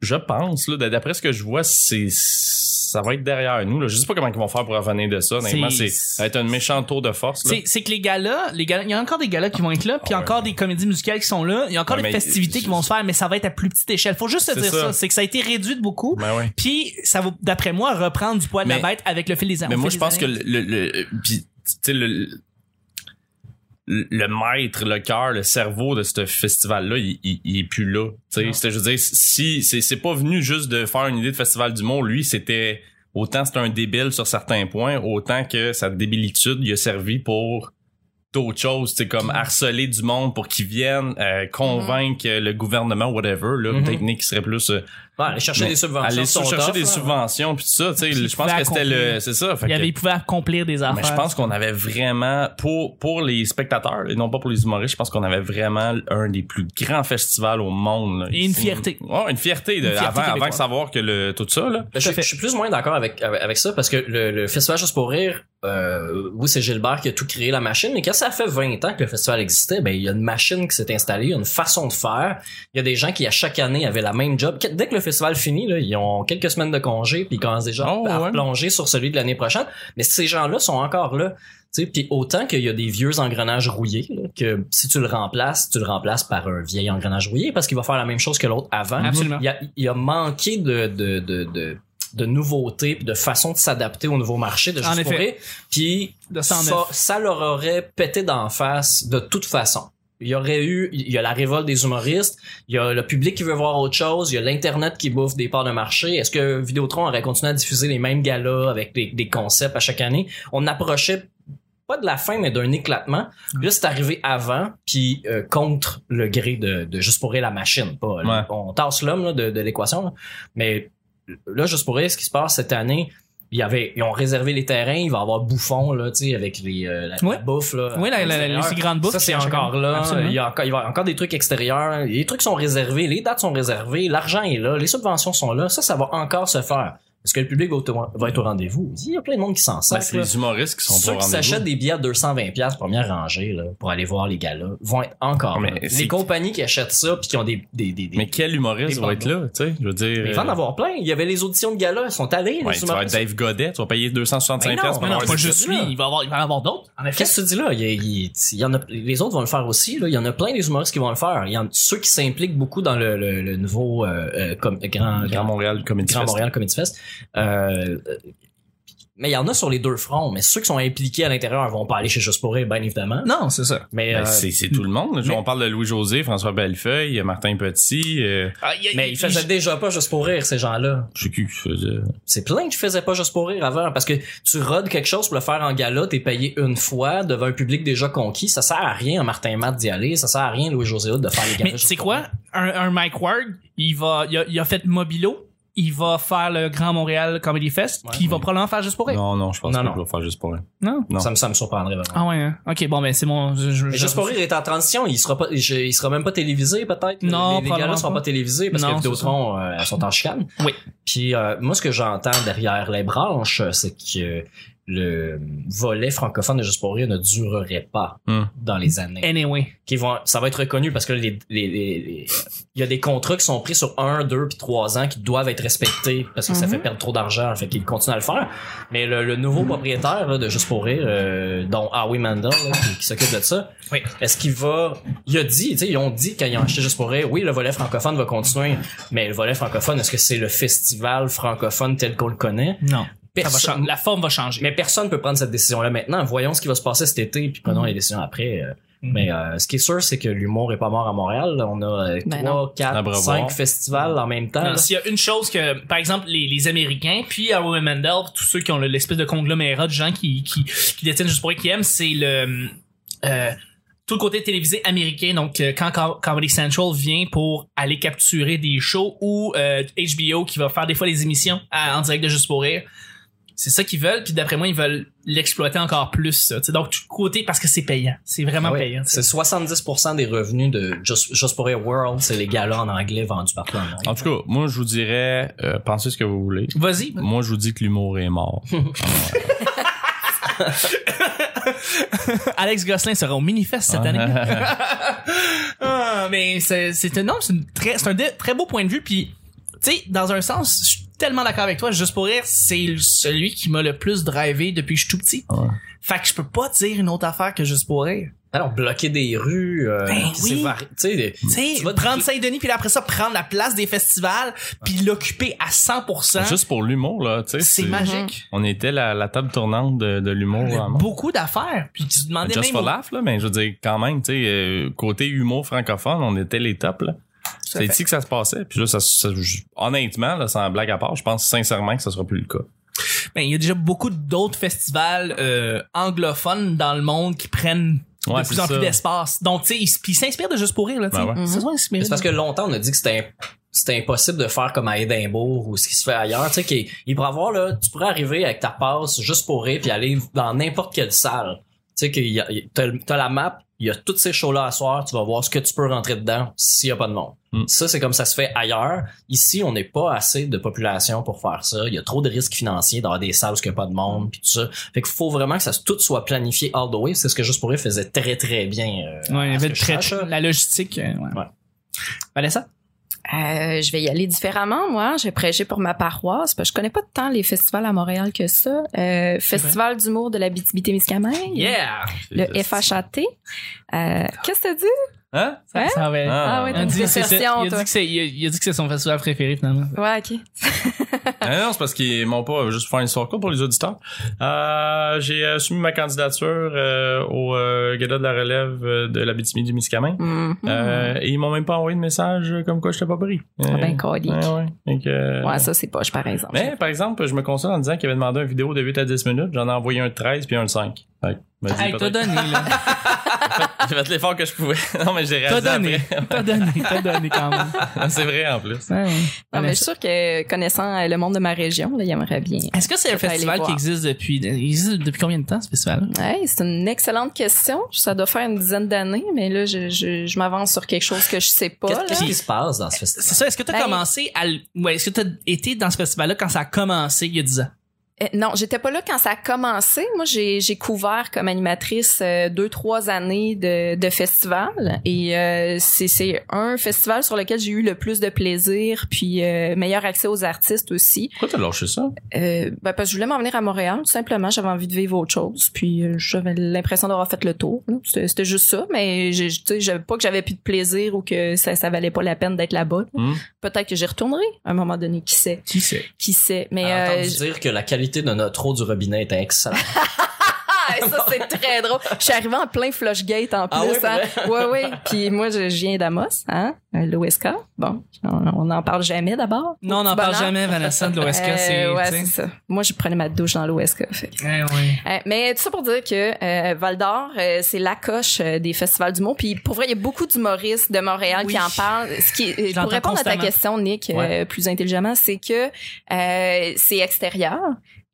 [SPEAKER 3] je pense là d'après ce que je vois c'est ça va être derrière nous là je sais pas comment ils vont faire pour revenir de ça honnêtement
[SPEAKER 4] C'est-
[SPEAKER 3] c'est ça va être un méchant tour de force là.
[SPEAKER 4] C'est, c'est que les galas, les galas, il y a encore des galas qui vont être là, puis il y a
[SPEAKER 3] Ah ouais.
[SPEAKER 4] encore des comédies musicales qui sont là, il y a encore
[SPEAKER 3] Ouais,
[SPEAKER 4] des
[SPEAKER 3] mais-
[SPEAKER 4] festivités qui vont se faire, mais ça va être à plus petite échelle. Faut juste se
[SPEAKER 3] C'est
[SPEAKER 4] dire ça.
[SPEAKER 3] ça.
[SPEAKER 4] c'est que ça a été réduit de beaucoup,
[SPEAKER 3] Ben ouais.
[SPEAKER 4] puis ça va, d'après moi, reprendre du poids de la
[SPEAKER 3] Mais-
[SPEAKER 4] bête avec le fil des ans.
[SPEAKER 3] Mais
[SPEAKER 4] au
[SPEAKER 3] moi,
[SPEAKER 4] fil
[SPEAKER 3] je
[SPEAKER 4] des
[SPEAKER 3] pense que
[SPEAKER 4] années.
[SPEAKER 3] le, le, le- puis, tu sais, le, le, le maître, le cœur, le cerveau de ce festival-là, il, il, il est plus là. Tu sais,
[SPEAKER 4] Non.
[SPEAKER 3] C'était, je veux dire, si, c'est, c'est pas venu juste de faire une idée de festival du monde. Lui, c'était, autant c'était un débile sur certains points, autant que sa débilitude, il a servi pour d'autres choses, tu sais, comme harceler du monde pour qu'ils viennent, euh, convaincre
[SPEAKER 4] Mhm.
[SPEAKER 3] le gouvernement, whatever, là,
[SPEAKER 1] Mhm.
[SPEAKER 3] une technique qui serait plus, euh,
[SPEAKER 1] Bon, aller chercher
[SPEAKER 3] Mais
[SPEAKER 1] des subventions.
[SPEAKER 3] aller
[SPEAKER 1] sont
[SPEAKER 3] chercher
[SPEAKER 1] tough,
[SPEAKER 3] des
[SPEAKER 1] là.
[SPEAKER 3] subventions puis tout ça, tu sais,
[SPEAKER 4] hein. Puis
[SPEAKER 3] je pense
[SPEAKER 4] faire
[SPEAKER 3] que c'était
[SPEAKER 4] accomplir.
[SPEAKER 3] le, c'est ça. Fait
[SPEAKER 4] il,
[SPEAKER 3] que-
[SPEAKER 4] avait, il pouvait accomplir des affaires.
[SPEAKER 3] mais je pense qu'on avait vraiment, pour, pour les spectateurs, et non pas pour les humoristes, je pense qu'on avait vraiment un des plus grands festivals au monde. là,
[SPEAKER 4] Et une
[SPEAKER 3] ici.
[SPEAKER 4] fierté.
[SPEAKER 3] Ouais, une fierté. De,
[SPEAKER 4] Une fierté
[SPEAKER 3] avant, avant
[SPEAKER 4] québécoise.
[SPEAKER 3] de savoir que le, tout ça, là.
[SPEAKER 1] Ben,
[SPEAKER 4] Tout à
[SPEAKER 1] je,
[SPEAKER 4] fait.
[SPEAKER 1] je suis plus ou moins d'accord avec, avec, avec ça parce que le, le festival Juste pour rire, euh, oui, c'est Gilbert qui a tout créé la machine, mais quand ça fait 20 ans que le festival existait, ben il y a une machine qui s'est installée, il y a une façon de faire. Il y a des gens qui à chaque année avaient la même job. Dès que le festival finit, là, ils ont quelques semaines de congé puis ils commencent déjà
[SPEAKER 3] Oh,
[SPEAKER 1] à
[SPEAKER 3] ouais.
[SPEAKER 1] plonger sur celui de l'année prochaine. Mais ces gens-là sont encore là. Tu sais, Puis autant qu'il y a des vieux engrenages rouillés, là, que si tu le remplaces, tu le remplaces par un vieil engrenage rouillé parce qu'il va faire la même chose que l'autre avant.
[SPEAKER 4] Absolument.
[SPEAKER 1] Il a, il a manqué de, de, de, de, de nouveautés, puis de façon de s'adapter au nouveau marché de
[SPEAKER 4] En
[SPEAKER 1] Juste pour
[SPEAKER 4] effet.
[SPEAKER 1] rire. Puis
[SPEAKER 4] de 109.
[SPEAKER 1] ça, ça leur aurait pété d'en face de toute façon. Il y aurait eu, il y a la révolte des humoristes, il y a le public qui veut voir autre chose, il y a l'Internet qui bouffe des parts de marché. Est-ce que Vidéotron aurait continué à diffuser les mêmes galas avec des, des concepts à chaque année? On approchait pas de la fin, mais d'un éclatement. Puis Là, c'est arrivé avant, puis euh, contre le gré de, de Juste pour rire la machine. Pas,
[SPEAKER 3] Ouais.
[SPEAKER 1] On tasse l'homme là, de, de l'équation, là. mais là, Juste pour rire, ce qui se passe cette année, il y avait, ils ont réservé les terrains, il va y avoir bouffon, là, tu sais, avec les, euh, la,
[SPEAKER 4] Oui.
[SPEAKER 1] la bouffe, là.
[SPEAKER 4] Oui, la-
[SPEAKER 1] à
[SPEAKER 4] la-
[SPEAKER 1] l'extérieur.
[SPEAKER 4] les grandes bouffes,
[SPEAKER 1] Ça, c'est
[SPEAKER 4] c'est
[SPEAKER 1] encore là.
[SPEAKER 4] Absolument.
[SPEAKER 1] Il y, a encore, il va y avoir encore des trucs extérieurs. Les trucs sont réservés, les dates sont réservées, l'argent est là, les subventions sont là. Ça, ça va encore se faire. Est-ce que le public va, au- va être au rendez-vous? Il y a plein de monde qui s'en sert.
[SPEAKER 3] Ben, c'est les humoristes qui sont
[SPEAKER 1] Ceux
[SPEAKER 3] pas au
[SPEAKER 1] qui s'achètent
[SPEAKER 3] rendez-vous.
[SPEAKER 1] des billets à 220 pièces première rangée là, pour aller voir les gars-là vont être encore
[SPEAKER 3] Mais
[SPEAKER 1] là.
[SPEAKER 3] c'est-
[SPEAKER 1] les compagnies qui achètent ça puis qui ont des des des, des-
[SPEAKER 3] Mais quel humoriste
[SPEAKER 1] Des
[SPEAKER 3] va être là, tu sais? Je veux dire.
[SPEAKER 1] mais il va en avoir plein il y avait les auditions de gars-là ils sont allés les
[SPEAKER 3] euh, ouais, tu vas être
[SPEAKER 1] humoristes.
[SPEAKER 3] Dave Godet, tu vas payer 265$
[SPEAKER 1] Mais non,
[SPEAKER 3] piastres
[SPEAKER 1] mais
[SPEAKER 3] pour
[SPEAKER 4] Mais non,
[SPEAKER 3] avoir
[SPEAKER 4] pas
[SPEAKER 3] des-
[SPEAKER 4] juste lui, il va, avoir, il va en avoir d'autres. En effet.
[SPEAKER 1] Qu'est-ce que tu dis là? Il y a- il- il y en a, les autres vont le faire aussi. Là. Il y en a plein des humoristes qui vont le faire. Il y en a ceux qui s'impliquent beaucoup dans le, le- le nouveau euh, euh, com- grand,
[SPEAKER 3] Grand
[SPEAKER 1] grand,
[SPEAKER 3] Montréal Comedy
[SPEAKER 1] Grand
[SPEAKER 3] Fest.
[SPEAKER 1] Montréal Comedy Fest. Euh, euh, mais il y en a sur les deux fronts. Mais ceux qui sont impliqués à l'intérieur ils vont pas aller chez Juste pour rire, bien évidemment.
[SPEAKER 4] Non, c'est ça.
[SPEAKER 1] Mais,
[SPEAKER 3] Ben,
[SPEAKER 1] euh,
[SPEAKER 3] c'est c'est tout le monde. là.
[SPEAKER 4] mais-
[SPEAKER 3] On parle de Louis-José, François Bellefeuille, Martin Petit. euh,
[SPEAKER 4] Ah,
[SPEAKER 1] mais ils faisaient déjà pas Juste pour rire, ces gens-là.
[SPEAKER 3] je sais qui qui faisait.
[SPEAKER 1] C'est plein que je faisais pas juste pour rire avant parce que tu rodes quelque chose pour le faire en gala, t'es payé une fois devant un public déjà conquis, ça sert à rien à Martin Matt d'y aller, ça sert à rien à Louis José Hood de faire les galas.
[SPEAKER 4] Mais tu sais quoi? Un, un Mike Ward, il va, il a, il a fait Mobilo, il va faire le Grand Montréal Comedy Fest,
[SPEAKER 1] Ouais.
[SPEAKER 4] puis il va probablement faire juste pour rire.
[SPEAKER 3] Non, non, je pense
[SPEAKER 1] Non,
[SPEAKER 3] pas
[SPEAKER 1] non.
[SPEAKER 3] que je vais faire juste pour elle.
[SPEAKER 4] Non?
[SPEAKER 3] Non.
[SPEAKER 1] Ça me, ça me surprendrait vraiment.
[SPEAKER 4] Ah ouais, hein. ok, bon ben c'est mon. je- je-
[SPEAKER 1] Mais
[SPEAKER 4] je-
[SPEAKER 1] juste pour rire est en transition, il sera pas, je- il sera même pas télévisé peut-être.
[SPEAKER 4] Non,
[SPEAKER 1] les, les galas
[SPEAKER 4] probablement
[SPEAKER 1] seront
[SPEAKER 4] pas.
[SPEAKER 1] pas télévisés parce
[SPEAKER 4] Non,
[SPEAKER 1] que
[SPEAKER 4] c'est
[SPEAKER 1] Vidéotron euh, elles sont en chicane.
[SPEAKER 4] Oui.
[SPEAKER 1] Puis euh, moi ce que j'entends derrière les branches, euh, c'est que le volet francophone de Juste pour rire ne durerait pas
[SPEAKER 3] Hmm.
[SPEAKER 1] dans les années.
[SPEAKER 4] Anyway.
[SPEAKER 1] qui vont ça va être reconnu parce que les, les, les- les- il y a des contrats qui sont pris sur un, deux puis trois ans qui doivent être respectés parce que ça
[SPEAKER 2] Mhm.
[SPEAKER 1] fait perdre trop d'argent, fait qu'ils continuent à le faire. Mais le, le nouveau propriétaire là, de Juste pour rire, euh, dont Howie Mandel là, qui, qui s'occupe de ça,
[SPEAKER 4] Oui.
[SPEAKER 1] est-ce qu'il va Il a dit, tu sais, ils ont dit quand ils ont acheté Juste pour rire, oui, le volet francophone va continuer, mais le volet francophone, est-ce que c'est le festival francophone tel qu'on le connaît
[SPEAKER 4] Non. Ça va
[SPEAKER 1] Personne-
[SPEAKER 4] changer. La forme va changer.
[SPEAKER 1] mais personne peut prendre cette décision-là maintenant. Voyons ce qui va se passer cet été, puis
[SPEAKER 4] Mm.
[SPEAKER 1] prenons les décisions après. Euh,
[SPEAKER 4] Mhm.
[SPEAKER 1] Mais euh, ce qui est sûr, c'est que l'humour est pas mort à Montréal. là. On a euh,
[SPEAKER 2] Ben
[SPEAKER 1] trois,
[SPEAKER 3] À
[SPEAKER 1] quatre,
[SPEAKER 3] Brevoir.
[SPEAKER 1] cinq festivals en même temps.
[SPEAKER 4] Non,
[SPEAKER 1] là.
[SPEAKER 4] Euh, S'il y a une chose que, par exemple, les, les Américains, puis Howie Mandel, tous ceux qui ont le- l'espèce de conglomérat de gens qui, qui, qui détiennent juste pour eux, qui aiment, c'est le euh, tout le côté télévisé américain. Donc, euh, quand Com- Comedy Central vient pour aller capturer des shows ou euh, HBO qui va faire des fois les émissions à- en direct de Juste pour rire, c'est ça qu'ils veulent. Puis d'après moi, ils veulent l'exploiter encore plus. ça, tu sais. donc, tout le côté parce que c'est payant. C'est vraiment
[SPEAKER 1] Ah oui.
[SPEAKER 4] payant. tu sais.
[SPEAKER 1] C'est 70% des revenus de Just, Just for Air World, c'est les galas en anglais vendus partout en monde.
[SPEAKER 3] En tout cas, moi, je vous dirais, euh, pensez ce que vous voulez.
[SPEAKER 4] Vas-y.
[SPEAKER 3] Moi, je vous dis que l'humour est mort.
[SPEAKER 4] Alex Gosselin sera au Minifest cette année.
[SPEAKER 3] ah, Hein?
[SPEAKER 4] Ah, mais c'est c'est un non, c'est une très c'est un de- très beau point de vue puis tu sais dans un sens je suis tellement d'accord avec toi juste pour rire c'est le- celui qui m'a le plus drivé depuis que je suis tout petit.
[SPEAKER 3] Ouais. Mm.
[SPEAKER 4] Fait que je peux pas dire une autre affaire que juste pour rire.
[SPEAKER 1] Alors, bloquer des rues, euh,
[SPEAKER 4] Ben
[SPEAKER 1] c'est
[SPEAKER 4] oui.
[SPEAKER 1] vari- tu sais, des-
[SPEAKER 4] Tu sais,
[SPEAKER 1] Tu vas te-
[SPEAKER 4] prendre Saint-Denis puis après ça prendre la place des festivals puis l'occuper à 100%.
[SPEAKER 3] Juste pour l'humour, là, tu sais.
[SPEAKER 4] c'est magique.
[SPEAKER 3] On était la, la table tournante de, de l'humour. vraiment.
[SPEAKER 4] Beaucoup d'affaires puis tu te demandais
[SPEAKER 3] Just
[SPEAKER 4] même
[SPEAKER 3] for
[SPEAKER 4] au-
[SPEAKER 3] laugh, là, mais je veux dire, quand même, tu sais, euh, côté humour francophone, on était les tops, là. C'est ici que ça se passait. Puis là, ça, ça- je- honnêtement, là, sans blague à part, je pense sincèrement que ça sera plus le cas.
[SPEAKER 4] Ben, il y a déjà beaucoup d'autres festivals euh, anglophones dans le monde qui prennent
[SPEAKER 3] Ouais,
[SPEAKER 4] de plus
[SPEAKER 3] c'est
[SPEAKER 4] en
[SPEAKER 3] ça.
[SPEAKER 4] plus d'espace. Donc, tu sais, ils s- puis ils s'inspirent de Juste pour rire, là, tu sais.
[SPEAKER 3] Ben ouais.
[SPEAKER 4] C'est ça, ils s'inspirent
[SPEAKER 1] Mais C'est parce que longtemps, on a dit que c'était imp- c'était impossible de faire comme à Édimbourg ou ce qui se fait ailleurs. Tu sais, qu'il- il pourrait avoir, là, tu pourrais arriver avec ta passe juste pour rire puis aller dans n'importe quelle salle. Tu sais, qu'il y a- il- t'as le- t'as la map, il y a toutes ces shows-là à soir, tu vas voir ce que tu peux rentrer dedans s'il y a pas de monde.
[SPEAKER 3] Mm.
[SPEAKER 1] Ça, c'est comme ça se fait ailleurs. Ici, on n'est pas assez de population pour faire ça. Il y a trop de risques financiers d'avoir des salles où il n'y a pas de monde puis tout ça. Fait qu'il faut vraiment que ça tout soit planifié all the way. C'est ce que Juste pour rire faisait très, très bien. euh,
[SPEAKER 4] Ouais, il y
[SPEAKER 1] à ce
[SPEAKER 4] avait
[SPEAKER 1] que je
[SPEAKER 4] très,
[SPEAKER 1] sache, là.
[SPEAKER 4] la logistique. euh, ouais.
[SPEAKER 1] Ouais.
[SPEAKER 4] Vanessa?
[SPEAKER 2] Euh, je vais y aller différemment, moi. J'ai prêché pour ma paroisse. parce que Je connais pas tant les festivals à Montréal que ça. Euh, Festival d'humour de la BTB-Témiscamingue.
[SPEAKER 4] Yeah!
[SPEAKER 2] Le FHAT. Euh, Qu'est-ce que t'as dit?
[SPEAKER 3] Hein?
[SPEAKER 2] Hein?
[SPEAKER 4] Ça va.
[SPEAKER 2] Ah ouais,
[SPEAKER 4] Il a dit que c'est- c'est- il
[SPEAKER 2] Version,
[SPEAKER 4] a dit
[SPEAKER 2] toi.
[SPEAKER 4] que c'est- il a- il a dit que c'est son festival préféré, finalement.
[SPEAKER 2] Ouais, ok.
[SPEAKER 3] Ah non, c'est parce qu'ils m'ont pas juste faire une histoire courte pour les auditeurs. Euh, j'ai euh, soumis ma candidature euh, au euh, gala de la relève euh, de la Bétimie du Miscamin.
[SPEAKER 2] Mhm.
[SPEAKER 3] et ils m'ont même pas envoyé de message euh, comme quoi je t'ai pas pris. Euh,
[SPEAKER 2] Ah ben, colique.
[SPEAKER 3] ouais, ouais. Fait que, euh,
[SPEAKER 2] Ouais, ça, c'est poche, par exemple.
[SPEAKER 3] mais par exemple, je me console en disant qu'il avait demandé une vidéo de 8 à 10 minutes. J'en ai envoyé un de 13 puis un de 5. Fait que, vas-y,
[SPEAKER 4] Hey, t'as
[SPEAKER 3] peut-être.
[SPEAKER 4] donné, là.
[SPEAKER 3] J'ai fait l'effort que je pouvais. Non, mais j'ai
[SPEAKER 4] T'as
[SPEAKER 3] réalisé
[SPEAKER 4] donné. T'as donné, t'as donné quand même.
[SPEAKER 3] après. C'est vrai, en plus.
[SPEAKER 4] Ouais.
[SPEAKER 2] Non, mais je suis sûre que connaissant euh, le monde de ma région, là, il aimerait bien.
[SPEAKER 4] Est-ce que c'est un
[SPEAKER 2] Je vais aller
[SPEAKER 4] festival qui
[SPEAKER 2] voir.
[SPEAKER 4] existe depuis, il existe depuis combien de temps, ce festival?
[SPEAKER 2] Ouais, c'est une excellente question. Ça doit faire une dizaine d'années, mais là, je, je, je m'avance sur quelque chose que je sais pas. là.
[SPEAKER 1] Qu'est-ce qui se passe dans ce
[SPEAKER 4] C'est
[SPEAKER 1] festival?
[SPEAKER 4] ça, est-ce que t'as
[SPEAKER 2] Ben-
[SPEAKER 4] commencé à, l- ouais, est-ce que t'as été dans ce festival-là quand ça a commencé il y a 10 ans?
[SPEAKER 2] Euh, non, j'étais pas là quand ça a commencé. Moi, j'ai, j'ai couvert comme animatrice euh, deux, trois années de, de festival. Et euh, c'est, c'est un festival sur lequel j'ai eu le plus de plaisir, puis euh, meilleur accès aux artistes aussi.
[SPEAKER 3] Pourquoi t'as lâché ça?
[SPEAKER 2] Euh, ben, parce que je voulais m'en venir à Montréal, tout simplement. J'avais envie de vivre autre chose. Puis euh, j'avais l'impression d'avoir fait le tour. là. C'était, c'était juste ça. Mais j'ai, tu sais, j'avais pas que j'avais plus de plaisir ou que ça, ça valait pas la peine d'être là-bas.
[SPEAKER 3] Hmm.
[SPEAKER 2] Peut-être que j'y retournerai à un moment donné. Qui sait?
[SPEAKER 4] Qui sait?
[SPEAKER 2] Qui sait? Mais
[SPEAKER 1] J'ai Ah,
[SPEAKER 4] Ah,
[SPEAKER 1] entendu
[SPEAKER 2] euh,
[SPEAKER 1] dire que la qualité de notre eau du robinet était excellente.
[SPEAKER 2] Ah, et ça, c'est très drôle. Je suis arrivée en plein Flushgate en plus.
[SPEAKER 1] Ah oui,
[SPEAKER 2] hein. Ouais, ouais. Puis moi, je je viens d'Amos, hein, à l'OSK. Bon, on n'en parle jamais d'abord.
[SPEAKER 4] Non, on n'en
[SPEAKER 2] Petit
[SPEAKER 4] parle
[SPEAKER 2] bonheur.
[SPEAKER 4] jamais, Vanessa, de l'OSK,
[SPEAKER 2] Euh,
[SPEAKER 4] c'est,
[SPEAKER 2] ouais,
[SPEAKER 4] tu sais.
[SPEAKER 2] c'est ça. Moi, je prenais ma douche dans l'OSK. fait que-
[SPEAKER 4] Eh ouais.
[SPEAKER 2] euh, mais tout ça pour dire que euh, Val d'Or, euh, c'est la coche euh, des festivals d'humour. Puis pour vrai, il y a beaucoup d'humoristes de Montréal
[SPEAKER 4] Oui.
[SPEAKER 2] qui en parlent. Ce qui, euh,
[SPEAKER 4] l'entends
[SPEAKER 2] pour répondre à ta
[SPEAKER 4] constamment.
[SPEAKER 2] question, Nick, euh,
[SPEAKER 1] Ouais.
[SPEAKER 2] plus intelligemment, c'est que euh, c'est extérieur.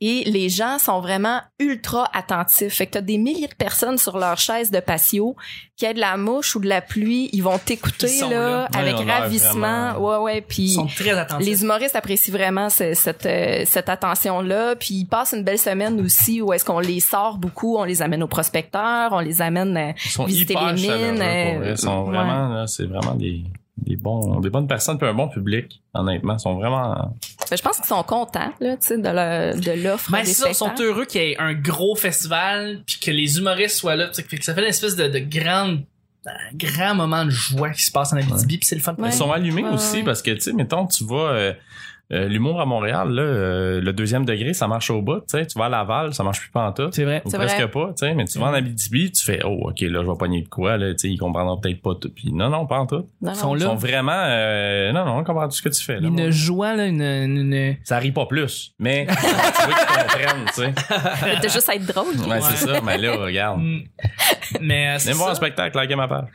[SPEAKER 2] Et les gens sont vraiment ultra attentifs. Fait que t'as des milliers de personnes sur leur chaise de patio qui a de la mouche ou de la pluie, ils vont
[SPEAKER 4] Ils
[SPEAKER 2] t'écouter
[SPEAKER 4] sont là.
[SPEAKER 2] là,
[SPEAKER 3] Ouais,
[SPEAKER 2] avec
[SPEAKER 3] on a l'air
[SPEAKER 2] ravissement. Ouais, ouais. Puis
[SPEAKER 4] Ils sont très attentifs.
[SPEAKER 2] les humoristes apprécient vraiment ce- cette, euh, cette attention-là. Puis ils passent une belle semaine aussi où est-ce qu'on les sort beaucoup, on les amène aux prospecteurs, on les amène... euh,
[SPEAKER 3] Ils sont
[SPEAKER 2] Visiter
[SPEAKER 3] hyper
[SPEAKER 2] les
[SPEAKER 3] chaleureux.
[SPEAKER 2] mines,
[SPEAKER 3] pour
[SPEAKER 2] euh,
[SPEAKER 3] vrai. Ils sont
[SPEAKER 2] ouais.
[SPEAKER 3] vraiment, là, c'est vraiment des, des bons, des bonnes personnes, puis un bon public, honnêtement. Ils sont vraiment.
[SPEAKER 2] ben, je pense qu'ils sont contents là, tu sais, de le- de l'offre
[SPEAKER 1] Ben,
[SPEAKER 4] Mais
[SPEAKER 2] des
[SPEAKER 4] c'est ça, ils sont
[SPEAKER 2] spectacles.
[SPEAKER 4] heureux qu'il y ait un gros festival, puis que les humoristes soient là. tu sais, fait que ça fait une espèce de, de grande, un grand moment de joie qui se passe en Abitibi, puis c'est le fun.
[SPEAKER 2] Ouais.
[SPEAKER 3] Ils sont allumés
[SPEAKER 2] Ouais,
[SPEAKER 3] aussi
[SPEAKER 2] ouais.
[SPEAKER 3] parce que, tu sais, mettons, tu vois, euh, euh, l'humour à Montréal, là, euh, le deuxième degré, ça marche au bout, tu sais. Tu vas à Laval, ça marche plus pas en tout.
[SPEAKER 4] C'est vrai.
[SPEAKER 3] Ou
[SPEAKER 2] C'est
[SPEAKER 3] presque
[SPEAKER 2] vrai. Mm.
[SPEAKER 3] pas, tu sais, mais tu vas en Abitibi, tu fais, oh, ok, là, je vais pogner de quoi, là, tu sais, ils comprendront peut-être pas tout. Puis non, non, pas en tout.
[SPEAKER 2] Non,
[SPEAKER 4] Ils
[SPEAKER 2] Ah non.
[SPEAKER 4] sont
[SPEAKER 3] Ils
[SPEAKER 4] là.
[SPEAKER 3] sont vraiment, euh, non, non, on comprend tout ce que tu fais, là.
[SPEAKER 4] Une joie, là, une, une, une-
[SPEAKER 3] Ça rit pas plus, mais tu veux qu'ils comprennent, tu sais.
[SPEAKER 2] T'as juste à être drôle.
[SPEAKER 3] Ouais, c'est ça, mais là, regarde.
[SPEAKER 4] Mm. Mais euh, c'est
[SPEAKER 3] Venez me voir un
[SPEAKER 4] ça.
[SPEAKER 3] spectacle, likez ma page.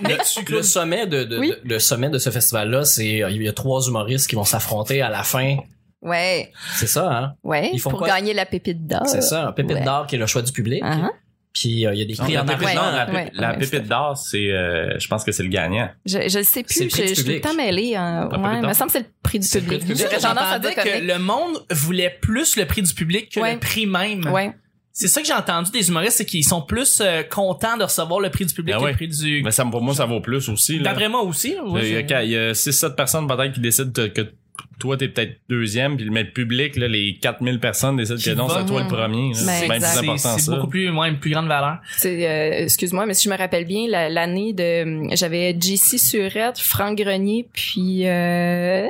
[SPEAKER 1] Le, le sommet de, de-
[SPEAKER 2] Oui.
[SPEAKER 1] de- le sommet de ce festival-là, c'est euh, il y a trois humoristes qui vont s'affronter à la fin.
[SPEAKER 2] Ouais,
[SPEAKER 1] C'est ça, hein?
[SPEAKER 2] ouais.
[SPEAKER 1] Ils font
[SPEAKER 2] pour
[SPEAKER 1] quoi?
[SPEAKER 2] gagner la pépite d'or.
[SPEAKER 1] C'est ça, Pépite
[SPEAKER 2] Oh, ouais.
[SPEAKER 1] d'or qui est le choix du public.
[SPEAKER 2] Ah, hein.
[SPEAKER 1] Puis euh, il y a des prix
[SPEAKER 3] la
[SPEAKER 1] en
[SPEAKER 3] pépite
[SPEAKER 1] argent.
[SPEAKER 3] d'or, la,
[SPEAKER 2] ouais,
[SPEAKER 3] pép- la
[SPEAKER 2] ouais,
[SPEAKER 3] pépite d'or, c'est, euh, je pense que c'est le gagnant.
[SPEAKER 2] Je, je le sais
[SPEAKER 1] C'est le
[SPEAKER 2] plus,
[SPEAKER 1] prix
[SPEAKER 2] je,
[SPEAKER 1] du
[SPEAKER 2] je suis tout le
[SPEAKER 1] public.
[SPEAKER 2] temps mêlée. hein.
[SPEAKER 3] prix
[SPEAKER 2] ouais,
[SPEAKER 3] du
[SPEAKER 2] il me
[SPEAKER 3] temps.
[SPEAKER 2] semble que c'est le prix du
[SPEAKER 1] C'est le prix
[SPEAKER 2] public.
[SPEAKER 1] du public.
[SPEAKER 2] J'aurais tendance à dire
[SPEAKER 4] J'entendais que le monde voulait plus le prix du public que
[SPEAKER 2] Ouais.
[SPEAKER 4] le prix même.
[SPEAKER 2] Ouais.
[SPEAKER 4] C'est ça que j'ai entendu des humoristes, c'est qu'ils sont plus euh, contents de recevoir le prix du public
[SPEAKER 3] Ah
[SPEAKER 4] que
[SPEAKER 3] ouais.
[SPEAKER 4] le prix du...
[SPEAKER 3] Mais ça, pour moi, ça vaut plus aussi. là.
[SPEAKER 4] D'après moi aussi. là, ouais,
[SPEAKER 3] Il y a
[SPEAKER 4] je-
[SPEAKER 3] quand- il y a 6-7 personnes peut-être qui décident te- que toi, t'es peut-être deuxième, puis mais le public, là, les 4000 personnes décident
[SPEAKER 4] Qui
[SPEAKER 3] que non,
[SPEAKER 4] va.
[SPEAKER 3] c'est toi le
[SPEAKER 2] Mhm.
[SPEAKER 3] premier. là.
[SPEAKER 2] Ben,
[SPEAKER 3] C'est bien
[SPEAKER 2] exact.
[SPEAKER 3] plus
[SPEAKER 4] C'est
[SPEAKER 3] important,
[SPEAKER 4] c'est
[SPEAKER 3] ça.
[SPEAKER 4] beaucoup plus, ouais, une plus grande valeur.
[SPEAKER 2] C'est, euh, excuse-moi, mais si je me rappelle bien, la- l'année de, euh, j'avais JC Surette, Franck Grenier, puis euh,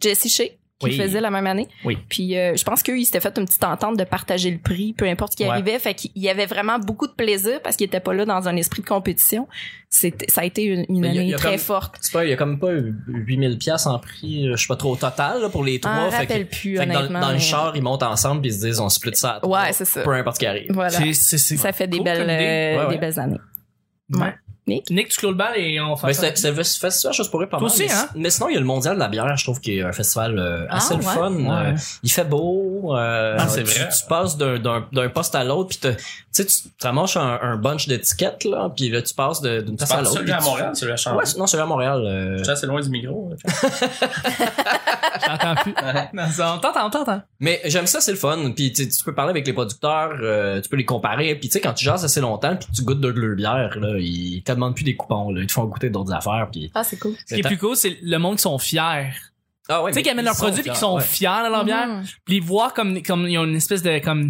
[SPEAKER 2] Jesse Shea qui
[SPEAKER 4] Oui.
[SPEAKER 2] faisait la même année.
[SPEAKER 4] Oui.
[SPEAKER 2] Puis euh, je pense qu'eux, ils s'étaient fait une petite entente de partager le prix, peu importe ce qui
[SPEAKER 4] Ouais.
[SPEAKER 2] arrivait. Fait qu'il y avait vraiment beaucoup de plaisir parce qu'ils étaient pas là dans un esprit de compétition. C'était, ça a été une, une
[SPEAKER 1] Mais il y a-
[SPEAKER 2] année
[SPEAKER 1] il y a
[SPEAKER 2] très
[SPEAKER 1] comme-
[SPEAKER 2] forte.
[SPEAKER 1] C'est pas, il y a comme pas 8000 pièces en prix, euh, je sais pas trop au total là, pour les
[SPEAKER 2] Je
[SPEAKER 1] trois. fait
[SPEAKER 2] me
[SPEAKER 1] que-
[SPEAKER 2] Ah, rappelle plus,
[SPEAKER 1] fait que dans,
[SPEAKER 2] honnêtement.
[SPEAKER 1] dans le
[SPEAKER 2] mais- euh,
[SPEAKER 1] char, ils montent ensemble puis ils se disent on split ça. à trois,
[SPEAKER 2] Ouais, c'est ça.
[SPEAKER 1] Peu importe ce qui arrive.
[SPEAKER 2] Voilà.
[SPEAKER 4] C'est- c'est- c'est-
[SPEAKER 2] Ça fait des
[SPEAKER 4] cool
[SPEAKER 2] belles,
[SPEAKER 4] comme idée.
[SPEAKER 2] euh,
[SPEAKER 1] Ouais, ouais.
[SPEAKER 2] des belles années.
[SPEAKER 4] Ouais.
[SPEAKER 2] Nick?
[SPEAKER 4] Nick, tu clôt le bal et on
[SPEAKER 1] Mais
[SPEAKER 4] fait ça.
[SPEAKER 1] Ben, c'est c'est le festival, je pourrais pas
[SPEAKER 4] Toi
[SPEAKER 1] mal,
[SPEAKER 4] aussi,
[SPEAKER 1] mais,
[SPEAKER 4] hein?
[SPEAKER 1] mais sinon, il y a le Mondial de la bière, je trouve, qui est un festival euh,
[SPEAKER 2] Ah,
[SPEAKER 1] assez le
[SPEAKER 2] ouais.
[SPEAKER 1] fun. Euh,
[SPEAKER 4] Ouais.
[SPEAKER 1] il fait beau. euh,
[SPEAKER 3] Ah, c'est
[SPEAKER 1] tu,
[SPEAKER 3] vrai.
[SPEAKER 1] tu passes d'un- d'un d'un poste à l'autre, puis te- tu sais, tu te ramasses un, un bunch d'étiquettes, là, puis là, tu passes de- d'une place à l'autre. puis tu-
[SPEAKER 3] celui à
[SPEAKER 1] Ouais, c'est- non, celui à Montréal. euh,
[SPEAKER 3] assez loin du micro.
[SPEAKER 4] J'entends plus. Non, ça, On t'entend, on t'entend.
[SPEAKER 1] Mais j'aime ça, c'est le fun. Puis tu, sais, tu peux parler avec les producteurs, euh, tu peux les comparer. Puis tu sais, quand tu jases assez longtemps, puis tu goûtes de leur bière, là, ils te demandent plus des coupons. Là. Ils te font goûter d'autres affaires. Puis...
[SPEAKER 2] Ah, c'est cool.
[SPEAKER 4] Ce qui est plus cool, c'est le monde qui sont fiers.
[SPEAKER 1] Ah, ouais,
[SPEAKER 4] Tu sais,
[SPEAKER 1] mais
[SPEAKER 4] qui amènent
[SPEAKER 1] ils
[SPEAKER 4] leurs
[SPEAKER 1] sont
[SPEAKER 4] produits et qui
[SPEAKER 1] fiers,
[SPEAKER 4] sont
[SPEAKER 1] ouais.
[SPEAKER 4] fiers de leur bière.
[SPEAKER 2] Mhm.
[SPEAKER 4] Puis les voir comme, comme ils ont une espèce de comme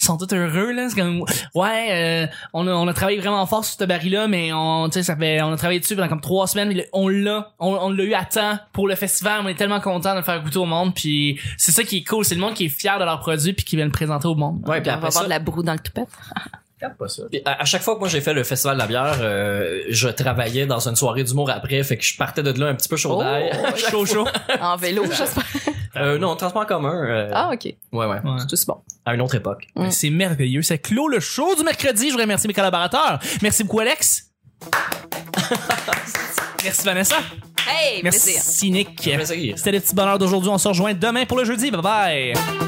[SPEAKER 4] ils sont tous heureux là, c'est comme ouais, euh, on a on a travaillé vraiment fort sur ce baril là, mais on tu sais ça fait on a travaillé dessus pendant comme trois semaines, mais le- on l'a, on, on l'a eu à temps pour le festival, on est tellement content de le faire goûter au monde, puis c'est ça qui est cool, c'est le monde qui est fier de leur produit puis qui vient le présenter au monde.
[SPEAKER 1] Ouais, puis
[SPEAKER 2] on va
[SPEAKER 1] après
[SPEAKER 2] avoir
[SPEAKER 1] ça,
[SPEAKER 2] de la broue dans le toupette.
[SPEAKER 1] Puis à, à chaque fois que moi j'ai fait le festival de la bière, euh, je travaillais dans une soirée d'humour après, fait que je partais de là un petit peu chaud
[SPEAKER 2] Oh!
[SPEAKER 1] d'ail.
[SPEAKER 4] Chaud chaud.
[SPEAKER 2] en vélo, j'espère.
[SPEAKER 1] Euh, non, transport en commun. euh,
[SPEAKER 2] Ah, OK.
[SPEAKER 1] Ouais, ouais.
[SPEAKER 4] Ouais.
[SPEAKER 2] C'est bon.
[SPEAKER 1] À une autre époque.
[SPEAKER 2] Mm.
[SPEAKER 4] C'est merveilleux. Ça clôt le show du mercredi. Je voudrais remercier mes collaborateurs. Merci beaucoup, Alex. Merci, Vanessa.
[SPEAKER 2] Hey,
[SPEAKER 4] Merci, Nick.
[SPEAKER 1] Plaisir.
[SPEAKER 4] C'était les petits bonheurs d'aujourd'hui. On se rejoint demain pour le jeudi. Bye bye.